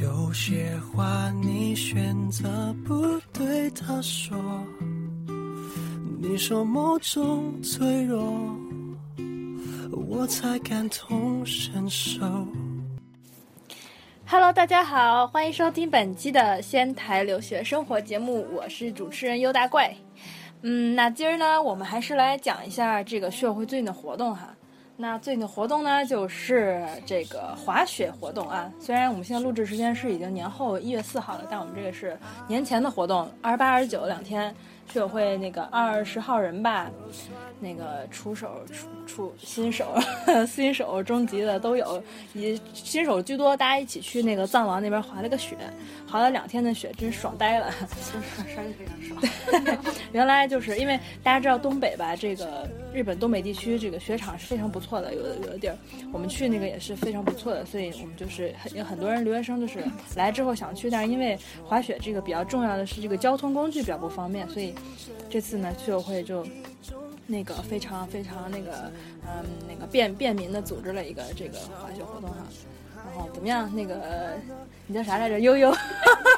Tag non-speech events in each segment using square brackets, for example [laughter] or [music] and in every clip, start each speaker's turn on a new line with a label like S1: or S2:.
S1: 有些话你选择不对他说，你说某种脆弱，我才感同身受。
S2: Hello，大家好，欢迎收听本期的仙台留学生活节目，我是主持人优大怪。嗯，那今儿呢，我们还是来讲一下这个学会最近的活动哈。那最近的活动呢，就是这个滑雪活动啊。虽然我们现在录制时间是已经年后一月四号了，但我们这个是年前的活动，二十八、二十九两天，学友会那个二十号人吧，那个出手出出新手、 [laughs] 新手、中级的都有，以新手居多。大家一起去那个藏王那边滑了个雪，滑了两天的雪，真爽呆了。
S3: 摔得非常爽。
S2: 原来就是因为大家知道东北吧，这个日本东北地区这个雪场是非常不错的，有的有的地儿我们去那个也是非常不错的，所以我们就是很有很多人留学生就是来之后想去，但是因为滑雪这个比较重要的是这呃个交通工具比较不方便，所以这次呢居委会就。那个非常非常那个，嗯，那个便便民的组织了一个这个滑雪活动哈，然后怎么样？那个你叫啥来着？悠悠， [laughs]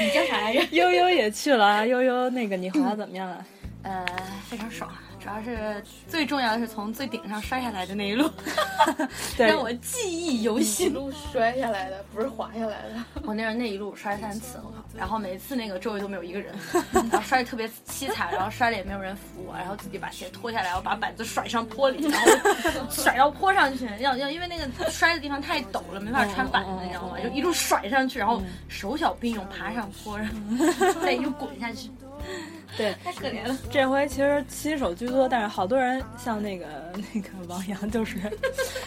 S3: 你叫啥来着？
S2: 悠悠也去了啊，悠悠那个你滑的怎么样啊？
S3: 呃，非常爽，主要是最重要的是从最顶上摔下来的那一
S4: [laughs]
S3: 路，
S2: 对
S3: 让我记忆犹
S4: 一
S3: 新。
S4: 路摔下来的，不是滑下来的。
S3: 我那那一路摔了三次，我靠！然后每次那个周围都没有一
S4: [laughs]
S3: 个人，然后摔得特别凄惨，然后摔了也没有人扶我，然后自己把鞋脱下来，我把板子甩上坡里，然
S4: [laughs]
S3: 后甩到坡上去，要要因为那个摔的地方太陡了，没法穿板子，你知道
S4: 嗯
S3: 吗？就一路甩上去，然后手脚并用爬上坡，然
S4: [laughs]
S3: 后再一路滚下去，
S2: 对，
S3: 太可怜了。
S2: 这回其实新手居多，但是好多人像那个 [laughs] 那个王阳，就是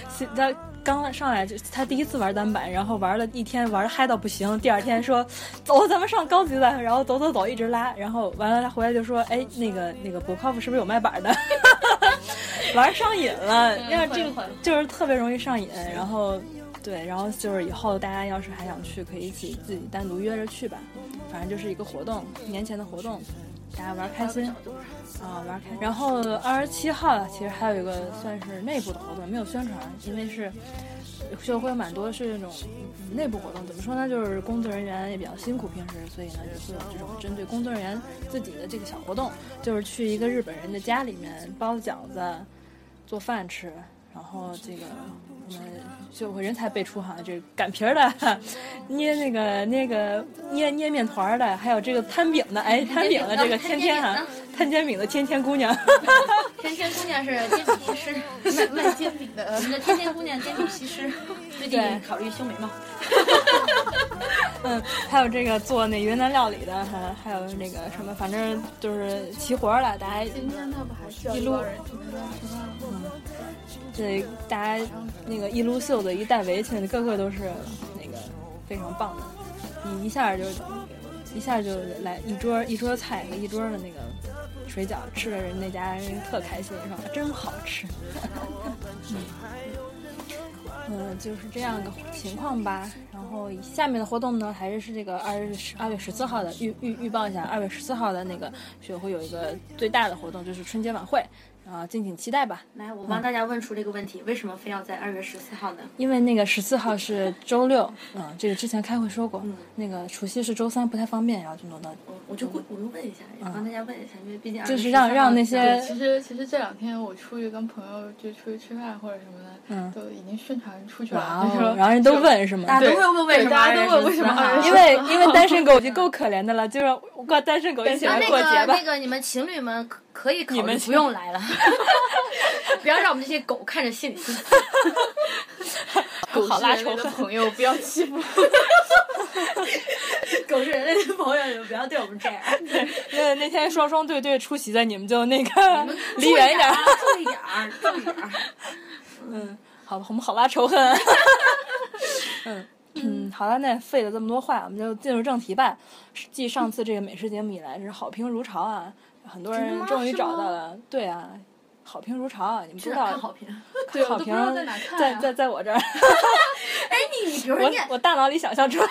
S2: 新他刚上来就他第一次玩单板，然后玩了一天，玩得嗨到不行。第二天说走，咱们上高级的，然后走走走，一直拉，然后完了他回来就说，哎，那个那个博靠谱是不是有卖板的？ [laughs] 玩上瘾了，要是这
S3: 嗯会
S2: 个
S3: 会
S2: 就是特别容易上瘾，然后。对，然后就是以后大家要是还想去，可以一起自己单独约着去吧。反正就是一个活动，年前的活动，大家玩开心。啊，玩儿开。然后二十七号啊其实还有一个算是内部的活动，没有宣传，因为是学会蛮多是那种嗯内部活动。怎么说呢？就是工作人员也比较辛苦，平时所以呢也会有这种针对工作人员自己的这个小活动，就是去一个日本人的家里面包饺子、做饭吃，然后这个。我们就会人才辈出哈，这擀皮儿的，捏那个那个捏捏面团儿的，还有这个摊饼的，哎，摊饼的这个天天哈、摊煎饼的天天姑娘，
S3: 天天姑娘是煎饼西 [laughs] 施，
S4: 卖卖煎饼
S3: 我
S4: 的，
S3: 们的天天姑娘煎饼西 [laughs] 施，最近考虑修眉毛。
S2: 嗯，还有这个做那云南料理的，还还有那个什么，反正就是齐活儿了，大家
S4: 今天他不还叫一帮人去那边吃饭吗？
S2: 这大家那个一撸袖子一戴围裙，个个都是那个非常棒的，你一下就一下就来一桌一桌菜和一桌的那个水饺，吃的人那家人特开心，说真好吃。嗯，就是这样个情况吧。然后下面的活动呢，还是是这个二十二月十四号的预预预报一下，二月十四号的那个学会有一个最大的活动，就是春节晚会，啊，敬请期待吧。
S3: 来，我帮大家问出这个问题：为什么非要在二月十四号呢？
S2: 因为那个十四号是周六，嗯，这个之前开会说过，那个除夕是周三，不太方便，然后就挪到，
S3: 我我就故我们问一下，也帮大家问一下，因为毕竟
S2: 就是
S3: 24
S2: 让
S3: 号
S2: 让那些
S4: 其实其实这两天我出去跟朋友就出去吃饭或者什么的，
S2: 嗯
S4: 都已经宣传出去
S2: 哇
S4: 了，就
S2: 哦
S4: 说，
S2: 然后人都问是
S3: 大
S2: 吗？
S3: 家
S4: 对
S3: 都会问为什么，
S4: 对大家都问为什么
S3: 二
S4: 2月
S2: 因
S3: 十
S2: 为因为单身狗已经够可怜的了，就让我跟单身狗一起
S3: 四号
S2: 来
S3: 那
S2: 过节
S3: 个
S2: 吧
S3: 那。个，你们情侣们可可以考
S2: 你们
S3: 虑
S2: 情
S3: 不用来了， [laughs] 不要让我们这些狗看着心里心烦。
S2: 狗好拉
S4: 是人
S2: 仇
S4: 类的
S2: 恨，
S4: 朋友不要欺 [laughs] 负。
S3: [laughs] 狗是人类的朋友，你们不要对我们这样，
S2: 那那天双双对对出席的，你们就那个离
S3: 注意
S2: 远一点
S3: 儿 [laughs]
S2: 儿。
S3: 啊，注意点儿，注意点儿。
S2: 嗯，好吧，我们好拉仇恨。 [laughs] 嗯嗯，好了，那废了这么多话，我们就进入正题吧。是继上次这个美食节目以来，是好评如潮啊，很多
S3: 真的
S2: 人
S3: 吗
S2: 终于
S3: 是
S2: 找
S3: 吗
S2: 到了。对啊，好评如潮啊，你们
S3: 知
S2: 知
S3: 道
S2: 道
S3: 看好评。
S4: 对，我
S2: 好
S4: 都不知
S2: 评
S4: 道在哪看
S2: 在
S4: 啊。
S3: [laughs]
S2: 在在我这儿，
S3: 哎，你你比如说
S2: 我
S3: 你哎
S2: 我大脑里想象出来。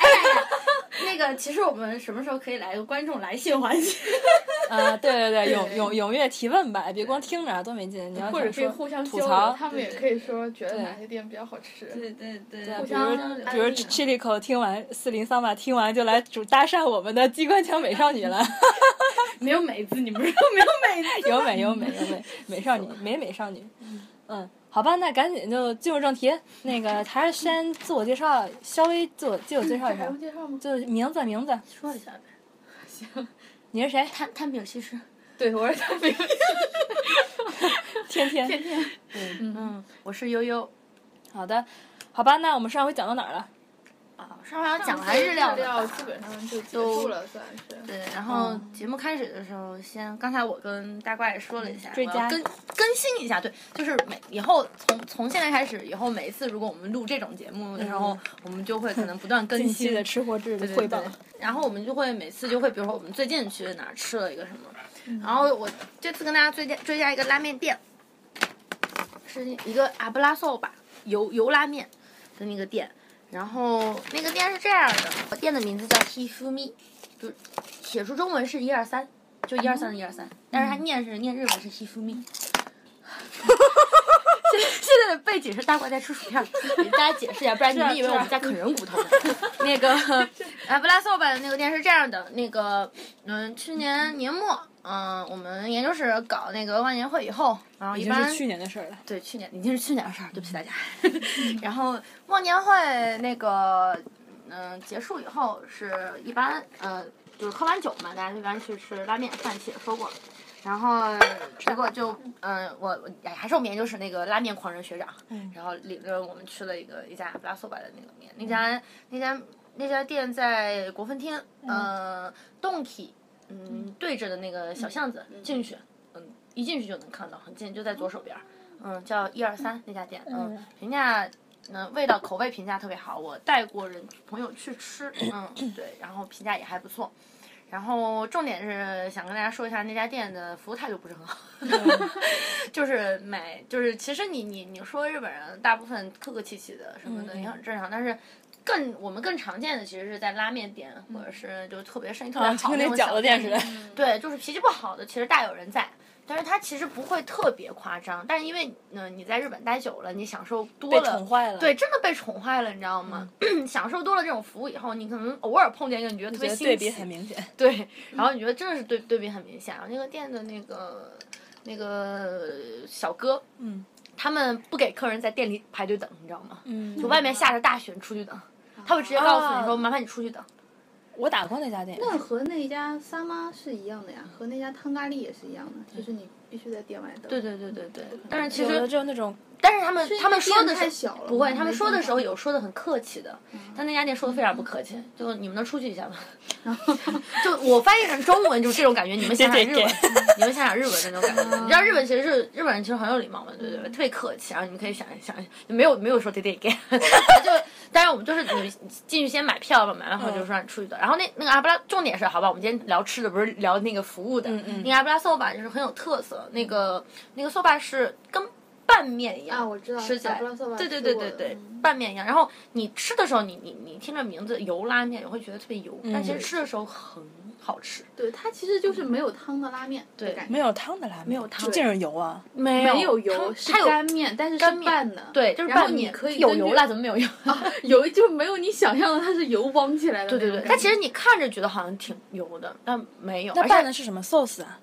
S3: 那个，其实我们什么时候可以来个观众来信环节， [laughs]
S2: [laughs] 啊，对对对，踊踊踊跃提问吧，别光听着多没劲。你要
S3: 或者可以
S2: 想
S3: 互
S2: 说
S3: 相
S2: 吐
S3: 交流
S2: 槽
S4: 他们也可以说觉得
S2: 对
S4: 哪些店比较好吃。
S3: 对对
S2: 对，
S3: 对，互
S2: 哎比
S3: 相
S2: 如比如
S3: 安利嘛
S2: Chilico 听完四零桑巴听完就来主搭讪我们的机关枪美少女了，
S3: 没有美字，你不是说没有美 [laughs] 字？
S2: [laughs] 有美有美有美美少女美美少女，嗯，好吧，那赶紧就进入正题，那个还是先自我介绍，稍微自我自我介绍一下
S4: 还用，
S3: 嗯
S4: 介绍吗？
S2: 就是名字名字，
S3: 说一下呗。
S2: 你是谁？
S3: 探探表西施，
S4: 对，我是他们。
S2: 天天。
S3: 嗯，我是悠悠
S2: 好的，好吧，那我们上回讲到哪儿了？
S3: 啊，上回讲完日料嗯
S4: 日料
S3: 的。
S4: 基本上就结束了，算是。
S3: 对，然后节目开始的时候，先刚才我跟大怪也说了一下，
S2: 追
S3: 我要
S2: 加
S3: 更更新一下，对，就是每以后从从现在开始，以后每一次如果我们录这种节目的时候，我们就会可能不 [laughs] 断更
S2: 近
S3: 新
S2: 期的吃货志
S3: 对对
S2: 汇报
S3: 对。然后我们就会每次就会，比如说我们最近去哪儿吃了一个什
S2: 嗯
S3: 么，然后我这次跟大家追加追加一个拉面店，是一个阿布拉索吧油油拉面的那个店，然后那个店是这样的，我店的名字叫 Hifumi，就写出中文是一二三，就一二三的一二三，
S2: 嗯
S3: 但是它念是念日文
S2: [laughs]
S3: 是 Hifumi。现在 [laughs] 现在的背景是大怪在吃
S2: [laughs]
S3: 薯片儿，给大家解释一下，不然你们以为我们在啃人骨头呢。
S2: 啊
S3: 那个啊，布拉索版的那个店是这样的，那个嗯，去年年末，嗯，我们研究室搞那个万年会以后，然后
S2: 已
S3: 一
S2: 经
S3: 般
S2: 是去年的事儿了。
S3: 对，去年已经是去年的事儿，对不起大家。然后忘年会那个，嗯、结束以后是一般，呃，就是喝完酒嘛，大家一般去吃拉面、饭蟹、说过了。然后结果就，嗯、我我哎还是我们研究室那个拉面狂人学长，然后领着我们去了一个一家布拉索巴的那个面，那家那家那家店在国分厅，嗯，洞体，嗯，对着的那个小巷子进去，嗯，一进去就能看到，很近，就在左手边儿，嗯，叫一二三那家店，嗯
S2: 嗯，
S3: 评价。嗯，味道口味评价特别好，我带过人朋友去
S2: [clears throat]
S3: 吃，嗯，对，然后评价也还不错。然后重点是想跟大家说一下那家店的服务态度不是很好， [laughs] 就是买就是其实你你你说日本人大部分客客气气的什么的
S2: 嗯
S3: 也很正常，但是更我们更常见的其实是在拉面店或者是就特别生意特别
S2: 啊就
S3: 好
S2: 跟那
S3: 种
S2: 饺
S3: 小
S2: 子店似的。 [laughs]
S3: 对，就是脾气不好的其实大有人在，但是他其实不会特别夸张，但是因为嗯、呃你在日本待久了，你享受多
S2: 被
S3: 了
S2: 宠。坏了。嗯
S3: 对，真的被宠坏了，你知道吗？ [clears throat] 享受多了这种服务以后，你可能偶尔碰见一个你觉得特
S2: 觉得
S3: 别新奇，
S2: 对比很明嗯显。
S3: 对，然后你觉得真的是对对比很明显。然后那个店的那个那个小哥，
S2: 嗯，
S3: 他们不给客人在店里排队等，你知道吗？
S2: 嗯，啊
S3: 就外面下着大雪，你出去等，他会直接告诉你说：“麻烦你出去等。
S2: 我打过那家店。
S4: 那和那家三妈是一样的呀，和那家汤咖喱也是一样的，就是你必须在店外等。”
S3: 对，对对对对。但是其
S2: 有的
S3: 实，
S2: 就是那种
S3: 但是他们
S4: 是
S3: 他们
S4: 因
S3: 说
S4: 为店
S3: 的
S4: 太
S3: 是
S4: 小了吗，
S3: 不会，他们
S4: 没
S3: 说的
S4: 办
S3: 时候
S4: 法嗯
S3: 有说的很客气的，但那家店说的非常不客气，就你们能出去一
S4: [laughs]
S3: 下吗？就我翻译成中文就是这种感觉，你们想想日文，你们想想日文的那种感
S4: 嗯
S3: 觉。你知道日本其实是日本人其实很有礼貌嘛，对对对，特别客气。然后你们可以想一想，没有没有说 d a y g a [laughs] 就当然我们就是你进去先买票吧，买完
S4: 嗯
S3: 后就说让你出去的。然后那那个阿布拉重点是好吧，我们今天聊吃的不是聊那个服务的，
S2: 嗯
S3: 那个阿布拉寿吧就是很有特色，那个那个寿吧是跟拌面一样
S4: 啊，我知道，
S3: 吃起
S4: 小
S3: 来
S4: 布拉索，吧
S3: 对对
S4: 吃
S3: 对
S4: 过
S3: 对
S4: 的
S3: 对
S4: 嗯，
S3: 拌面一样。然后你吃的时候，你你你听着名字油拉面，你会觉得特别油，但其实吃的时候很好吃，
S4: 嗯对，它其实就是没有汤的拉面的
S3: 对
S4: 感觉，
S2: 没有汤的拉面，没
S3: 有汤
S2: 净是油啊。
S3: 没
S4: 没
S3: 有
S4: 有油，是
S3: 它它有
S4: 干面，但是
S3: 干
S4: 是
S3: 面
S4: 拌的，
S3: 对，就是
S4: 然后
S3: 拌
S4: 你
S3: 面
S4: 可以
S3: 有
S4: 根
S3: 油
S4: 据啊
S3: 啦，怎么没有
S4: [laughs]
S3: 油？
S4: 油就没有你想象的它是油汪起来的
S3: 对
S4: 那种
S3: 对
S4: 感觉。
S3: 对，但其实你看着觉得好像挺油的，但没有，
S2: 那
S3: 而
S2: 拌
S3: 且
S2: 的是什么 sauce 啊？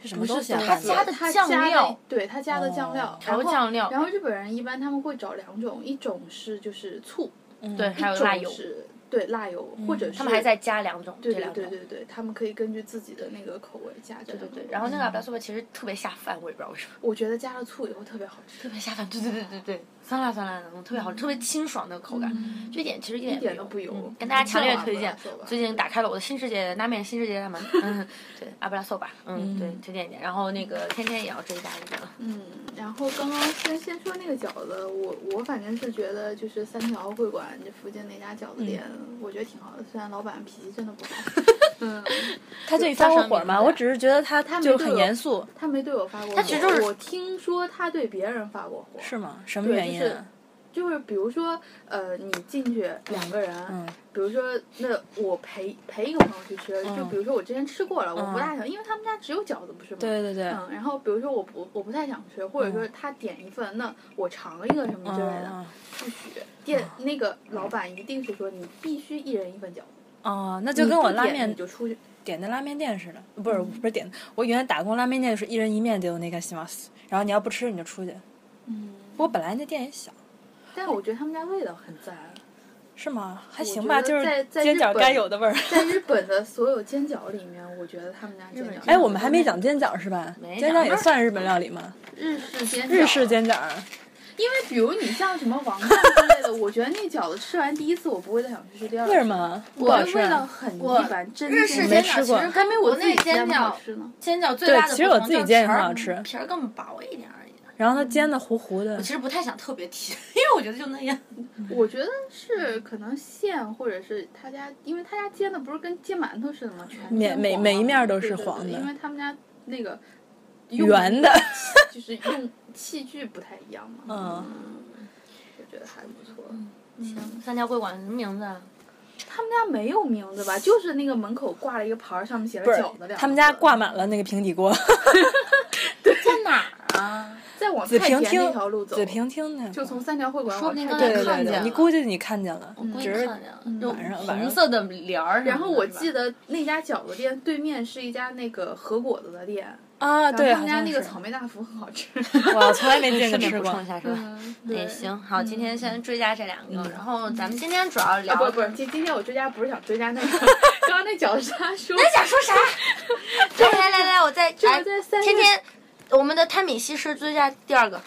S2: 是什么东西啊？
S3: 它
S2: 拌
S3: 加
S2: 的
S3: 的
S4: 它
S3: 酱
S4: 加的
S3: 料，
S4: 对它加的酱料
S2: 哦，
S4: 然后
S3: 调酱料
S4: 然后日本人一般他们会找两种，一种是就是醋，
S3: 对嗯还有
S4: 一
S3: 辣
S4: 种
S3: 油，嗯
S4: 是对辣油，或者是
S3: 他们还在加两种，
S4: 对
S3: 这
S4: 对
S3: 两种
S4: 对。对对，他们可以根据自己的那个口味加这
S3: 对对对
S4: 两种，嗯
S3: 然后那个阿布拉苏巴其实特别下饭，我也不知道为什么，
S4: 我觉得加了醋以后特别好吃
S3: 特，别下饭。对对对对对，酸辣酸辣的，特别好，特别清爽的口感，这一点其实一点
S4: 嗯一点
S3: 也
S4: 都
S3: 没
S4: 不油
S3: 嗯，跟大家强烈推荐
S4: 叫阿布拉索吧，
S3: 最近打开了我的新世界拉面新世界 [laughs] 大门，嗯，对，阿布拉索吧，嗯，对，推荐一点。然后那个天天也要追加一个，
S4: 嗯，然后刚刚先先说那个饺子，我我反正是觉得就是三条会馆这附近那家饺子店，
S3: 嗯
S4: 我觉得挺好的，虽然老板脾气真的
S3: [laughs]
S4: 不好，嗯，
S2: 他就一发
S3: 上
S2: 火
S3: 面
S2: 嘛，
S3: 对
S2: 我只是觉得他
S4: 他
S2: 他
S4: 没
S2: 就
S4: 对
S2: 很
S4: 我
S2: 严肃，
S4: 他没对我发过火，
S3: 他其实就是
S4: 我听说他对别人发过火，
S2: 是吗？什么
S4: 对
S2: 原因
S4: 就是
S2: 啊？
S4: 就是比如说，呃，你进去两个人，
S2: 嗯
S4: 比如说，那我陪陪一个朋友去吃，
S2: 嗯
S4: 就比如说我之前吃过了，我不
S2: 嗯
S4: 大想，因为他们家只有饺子，不是吗？
S2: 对对对，
S4: 嗯，然后比如说我不我不太想吃，或者说他点一份，那我尝一个什么
S2: 嗯
S4: 之类的，
S2: 嗯
S4: 不许店那个老板一定是说你必须一人一份饺子，
S2: 哦，那就跟我
S4: 你不
S2: 拉
S4: 点
S2: 面
S4: 你就出去，
S2: 点的拉面店似的，不是不是点的，我原来打工拉面店是一人一面得有那个西马斯，然后你要不吃你就出去。
S4: 嗯，
S2: 不过本来那店也小，
S4: 但我觉得他们家味道很赞，啊
S2: 是吗？还
S4: 我
S2: 行
S4: 觉
S2: 吧，
S4: 得
S2: 就是
S4: 在在
S2: 煎
S4: 日
S2: 饺
S4: 本
S2: 该有的味儿。
S4: 在日本的所有煎饺里面，我觉得他们家煎饺，
S2: 哎，我们还没讲煎饺是吧？
S3: 没
S2: 煎
S3: 讲
S2: 饺也算日本料理吗？
S4: 日式煎
S2: 日
S4: 饺啊
S2: 式煎饺，
S4: 因为比如你像什么王酱之类的，我觉得那饺子吃完第一次我不会再想去吃第二
S2: 为什
S4: 次。
S2: 么？不
S4: 我
S2: 好
S4: 的
S2: 吃
S4: 味道
S2: 啊。
S4: 很
S3: 我
S4: 一般，真
S3: 日
S4: 的
S3: 式
S2: 没
S3: 煎
S2: 吃
S3: 饺其
S2: 过
S3: 实
S4: 还
S3: 跟
S4: 没
S3: 国
S4: 我自
S3: 内
S4: 己
S3: 煎
S4: 煎的
S3: 饺
S4: 好吃呢。
S3: 煎饺最大
S2: 对
S3: 的
S2: 其实我
S3: 不同
S2: 自己
S3: 就是
S2: 煎也
S3: 皮儿
S2: 很好吃
S3: 皮儿更薄一点而已。
S2: 然后它煎的糊糊的
S3: 我，其实不太想特别提， [laughs] 因为我觉得就那样。
S4: 我觉得是可能馅或者是他家，因为他家煎的不是跟煎馒头似的吗？全
S2: 每
S4: 煎
S2: 每
S4: 黄
S2: 每一面儿都
S4: 对
S2: 是
S4: 对
S2: 黄
S4: 对
S2: 的
S4: 因为他们家那个用
S2: 圆的。
S4: 就是用器具不太一样嘛。
S2: 嗯，
S4: 我觉得还不错。
S3: 嗯行，三家会馆什么名字啊？
S4: 他们家没有名字吧？就是那个门口挂了一个牌儿，上面写了
S2: 不是
S4: 饺子两个字。
S2: 他们家挂满了那个平底锅，
S3: 在哪儿啊？
S4: 再往
S2: 紫
S4: 太
S2: 平
S4: 田
S2: 厅
S4: 那条路，走，
S2: 紫平厅那
S4: 就从三条会馆
S3: 说
S4: 往
S3: 不定
S4: 太
S3: 刚
S2: 对
S4: 田
S3: 才
S2: 对
S4: 那条
S2: 对
S3: 看
S4: 路
S2: 对，
S3: 见
S2: 你
S3: 了
S2: 估计你看见了
S3: 我，估计
S2: 只是嗯
S3: 看啊见了，就
S2: 晚上晚
S3: 红
S2: 上
S3: 色的帘儿什么的。
S4: 然后我记
S3: 得
S4: 得那家饺子店对面是一家那个和果子的店，
S2: 啊，
S4: 然后
S2: 对，
S4: 他们家
S2: 好像
S4: 那个
S2: 是
S4: 草莓大福很好吃。
S2: 我从来没见过
S3: 顺便
S2: 吃
S3: 补充
S2: 过
S3: 一。下是吧？
S4: [laughs] 嗯，
S3: 也
S4: 对。
S3: 行，好，今天先追加这两
S2: 嗯
S3: 个，然后咱们今天主要聊
S4: 啊，不不是，今今天我追加不是想追加那个，刚刚那饺子是他说，
S3: 你想说 [laughs] 啥？来来来来，我 [laughs] 再
S4: 就是
S3: 来，
S4: 在三月
S3: 哎天，天。我们的摊米西是追加第二个，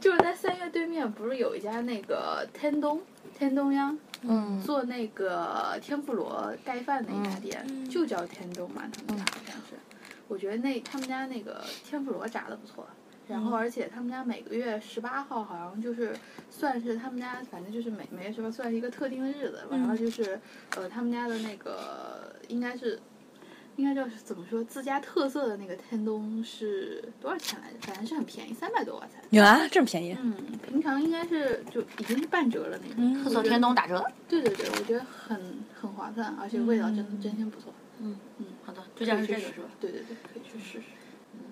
S4: 就是在三月对面不是有一家那个天东天东央
S3: 嗯，
S4: 做那个天妇罗盖饭的一家店，就叫天东嘛，他们家好像是，我觉得那他们家那个天妇罗炸的不错。然后，而且他们家每个月十八号好像就是算是他们家，反正就是每每月十八算是一个特定的日子。然后就是，呃，他们家的那个应该是应该叫是怎么说自家特色的那个天东是多少钱来着？反正是很便宜，三百多吧才。
S2: 有啊，这么便宜，
S4: 嗯，平常应该是就已经是半折了那种。
S2: 嗯
S3: 特色天东打折。
S4: 对对对，我觉得很很划算，而且味道真、真心不错。
S3: 好的，追加是这
S4: 可以
S3: 个
S4: 去
S3: 是
S4: 试
S3: 吧？
S4: 对对对，可以去试试。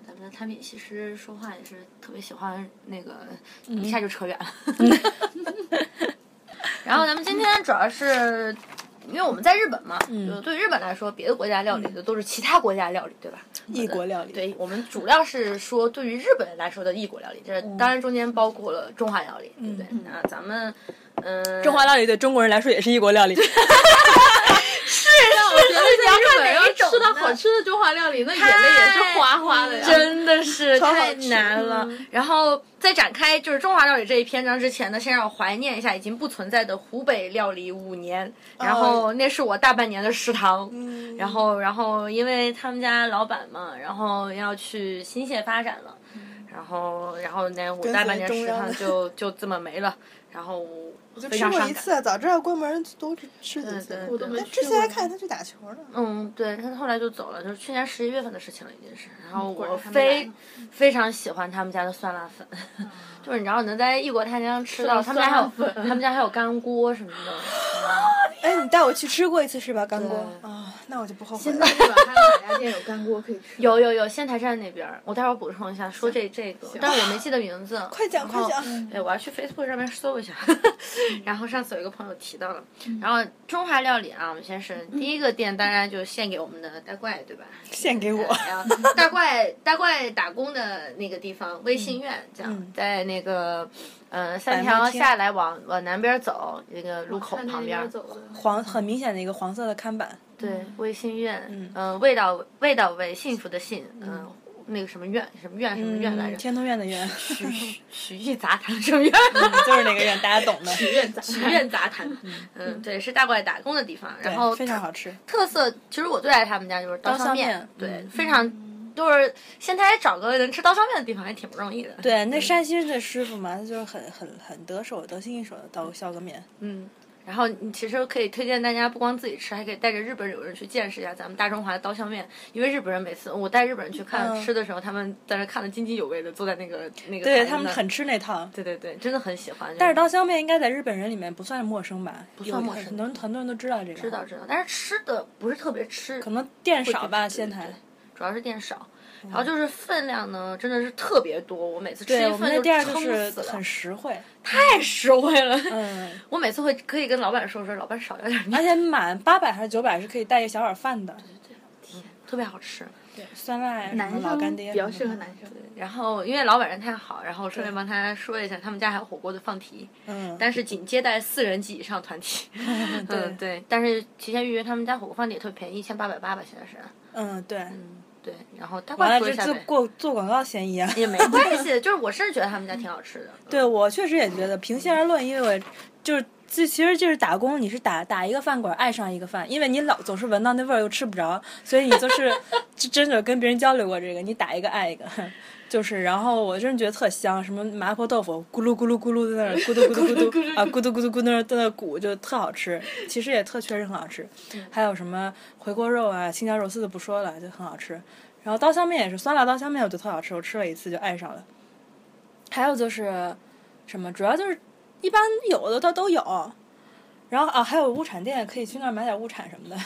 S3: 咱们的摊米西施说话也是特别喜欢那个，一下就扯远了。 [laughs] 然后咱们今天主要是因为我们在日本嘛，就对日本来说，别的国家料理的都是其他国家料理，对吧？
S2: 异国料理，
S3: 对我们主要是说对于日本人来说的异国料理，这当然中间包括了中华料理，对不对？那咱们嗯，
S2: 中华料理对中国人来说也是异国料 [laughs] 理。
S3: 你要看
S4: 我觉得在日本
S3: 哪一
S4: 要
S3: 种
S4: 吃到
S3: 呢
S4: 好吃的中华料理，那眼泪也
S2: 哎
S4: 是哗
S2: [laughs]
S4: 哗的呀。
S3: 真的是
S4: 超好
S3: 太
S4: 吃
S3: 难了。然后在展开就是中华料理这一篇章之前呢，先让我怀念一下已经不存在的湖北料理五年。然后那是我大半年的食堂。然后，然后因为他们家老板嘛，然后要去新界发展了。
S4: 嗯
S3: 然后，然后呢，我
S5: 随
S3: 大半年
S5: 中
S3: 食
S5: 央
S3: 堂
S5: 的 [laughs]
S3: 就就这么没了。然后非
S5: 吃
S3: 常
S5: 过
S3: 伤
S5: 一
S3: 感。
S5: 次，啊早知道关门都是吃几
S3: 对
S5: 次。
S4: 嗯我都没
S2: 呃
S5: 但
S4: 吃
S5: 之
S4: 过
S5: 前还看见他去打球呢。
S3: 嗯，对他后来就走了，就是去年十一月份的事情了，已经是。然后
S4: 嗯果
S3: 我
S4: 然还没来
S3: 非
S4: 呢
S3: 非常喜欢他们家的酸辣粉， [laughs] 就是你知道能在异国他乡吃到，他们家还有
S4: 酸辣
S3: 他们家还有干锅什么的。嗯
S5: 哎，你带我去吃过一次是吧？干锅
S3: 对
S5: 啊，那我就不后悔
S4: 现
S5: 了
S4: 在。日本还有哪家店有干锅可以吃？
S3: 有有有，仙台站那边儿，我待会儿补充一下，说这这个，但是我没记得名字。
S5: 快讲
S2: 哦
S5: 快讲！
S2: 嗯
S4: 嗯
S3: 对，我要去 Facebook 上面搜一下。 [laughs] 然后上次有一个朋友提到了，然后中华料理啊，我们先是第一个店，当然就献给我们的大怪，对吧？
S2: 献给我。
S4: 哎
S3: 然后大怪 [laughs] 大怪打工的那个地方，微信苑这样，在那个呃三条下来往往南边走，那个路口
S4: 看那
S3: 旁
S4: 边
S3: 边
S4: 儿。走的
S2: 黄 [laughs] 很明显的一个黄色的看板，
S3: 对，微信苑，嗯、味道味道为幸福的幸，嗯、那个什么苑什么苑什么苑来着？
S2: 嗯天通苑的苑，
S3: 曲艺杂谈什么苑？ [laughs]
S2: 就是那个苑，大家懂的。
S4: 院杂
S3: 曲苑杂谈，嗯，对，是大怪打工的地方，然后
S2: 对非常好吃，
S3: 特色，其实我最爱他们家就是刀削
S2: 削
S3: 面，
S2: 面嗯
S3: 对，非常就是现在找个能吃刀削面的地方还挺不容易的。
S2: 对，那山西的师傅嘛，他就是很很很得手、得心应手的刀削个面。
S3: 嗯，然后你其实可以推荐大家，不光自己吃，还可以带着日本友人去见识一下咱们大中华的刀削面，因为日本人每次我带日本人去看、
S6: 嗯
S3: 吃的时候，他们在那看的津津有味的，坐在那个那个
S2: 对
S3: 台子
S2: 他们
S3: 那儿
S2: 很吃那套。
S3: 对对对，真的很喜欢。
S2: 但是刀削面应该在日本人里面不算是陌生吧？不
S3: 算陌生
S2: 很多人很多人都知道这个。
S3: 知
S2: 知
S3: 道知道，但是吃的不是特别吃，
S2: 可能店少吧，
S3: 对
S2: 仙台。嗯
S3: 主要是店少。然后就是分量呢，真的是特别多。我每次吃
S2: 对
S3: 一
S2: 我们
S3: 份
S2: 那
S3: 就
S2: 店儿
S3: 撑
S2: 就
S3: 死
S2: 是
S3: 了，
S2: 很实惠，
S3: 太实惠了。
S2: 嗯，
S3: 我每次会可以跟老板说说，老板少要点
S2: 而
S3: 面，
S2: 且满八百还是九百是可以带一小碗饭的，
S3: 特别好吃。
S2: 酸辣什
S4: 男
S2: 么老干
S4: 生
S2: 爹
S4: 比较适
S2: 什
S4: 合
S2: 么的
S4: 男生，
S3: 然后因为老板人太好，然后顺便帮他说一下，他们家还有火锅的放题，
S2: 嗯，
S3: 但是仅接待四人及以上团
S2: [laughs]
S3: 体。嗯
S2: 对
S3: 对，但是提前预约他们家火锅放题也特别便宜，一千八百八吧，现在是。
S2: 嗯对，
S3: 嗯，对，然后大
S2: 完了
S3: 概说一
S2: 这
S3: 下
S2: 做
S3: 呗。
S2: 过做广告嫌疑啊。
S3: 也没关系，就是我是觉得他们家挺好吃的。
S2: [laughs]
S3: 嗯
S2: 对我确实也觉得，平心而论，因为我就是这其实就是打工，你是打打一个饭馆爱上一个饭，因为你老总是闻到那味儿又吃不着，所以你就是就真的跟别人交流过这个，你打一个爱一个。就是，然后我真的觉得特香，什么麻婆豆腐咕噜咕噜咕噜在那儿咕嘟咕嘟咕嘟啊咕嘟咕嘟咕嘟在那儿在那儿鼓，就特好吃。其实也特确实很好吃，还有什么回锅肉啊、青椒肉丝的不说了，就很好吃。然后刀削面也是酸辣刀削面，我觉得特好吃，我吃了一次就爱上了。还有就是什么，主要就是一般有的它都有，然后啊还有物产店可以去那儿买点物产什么的。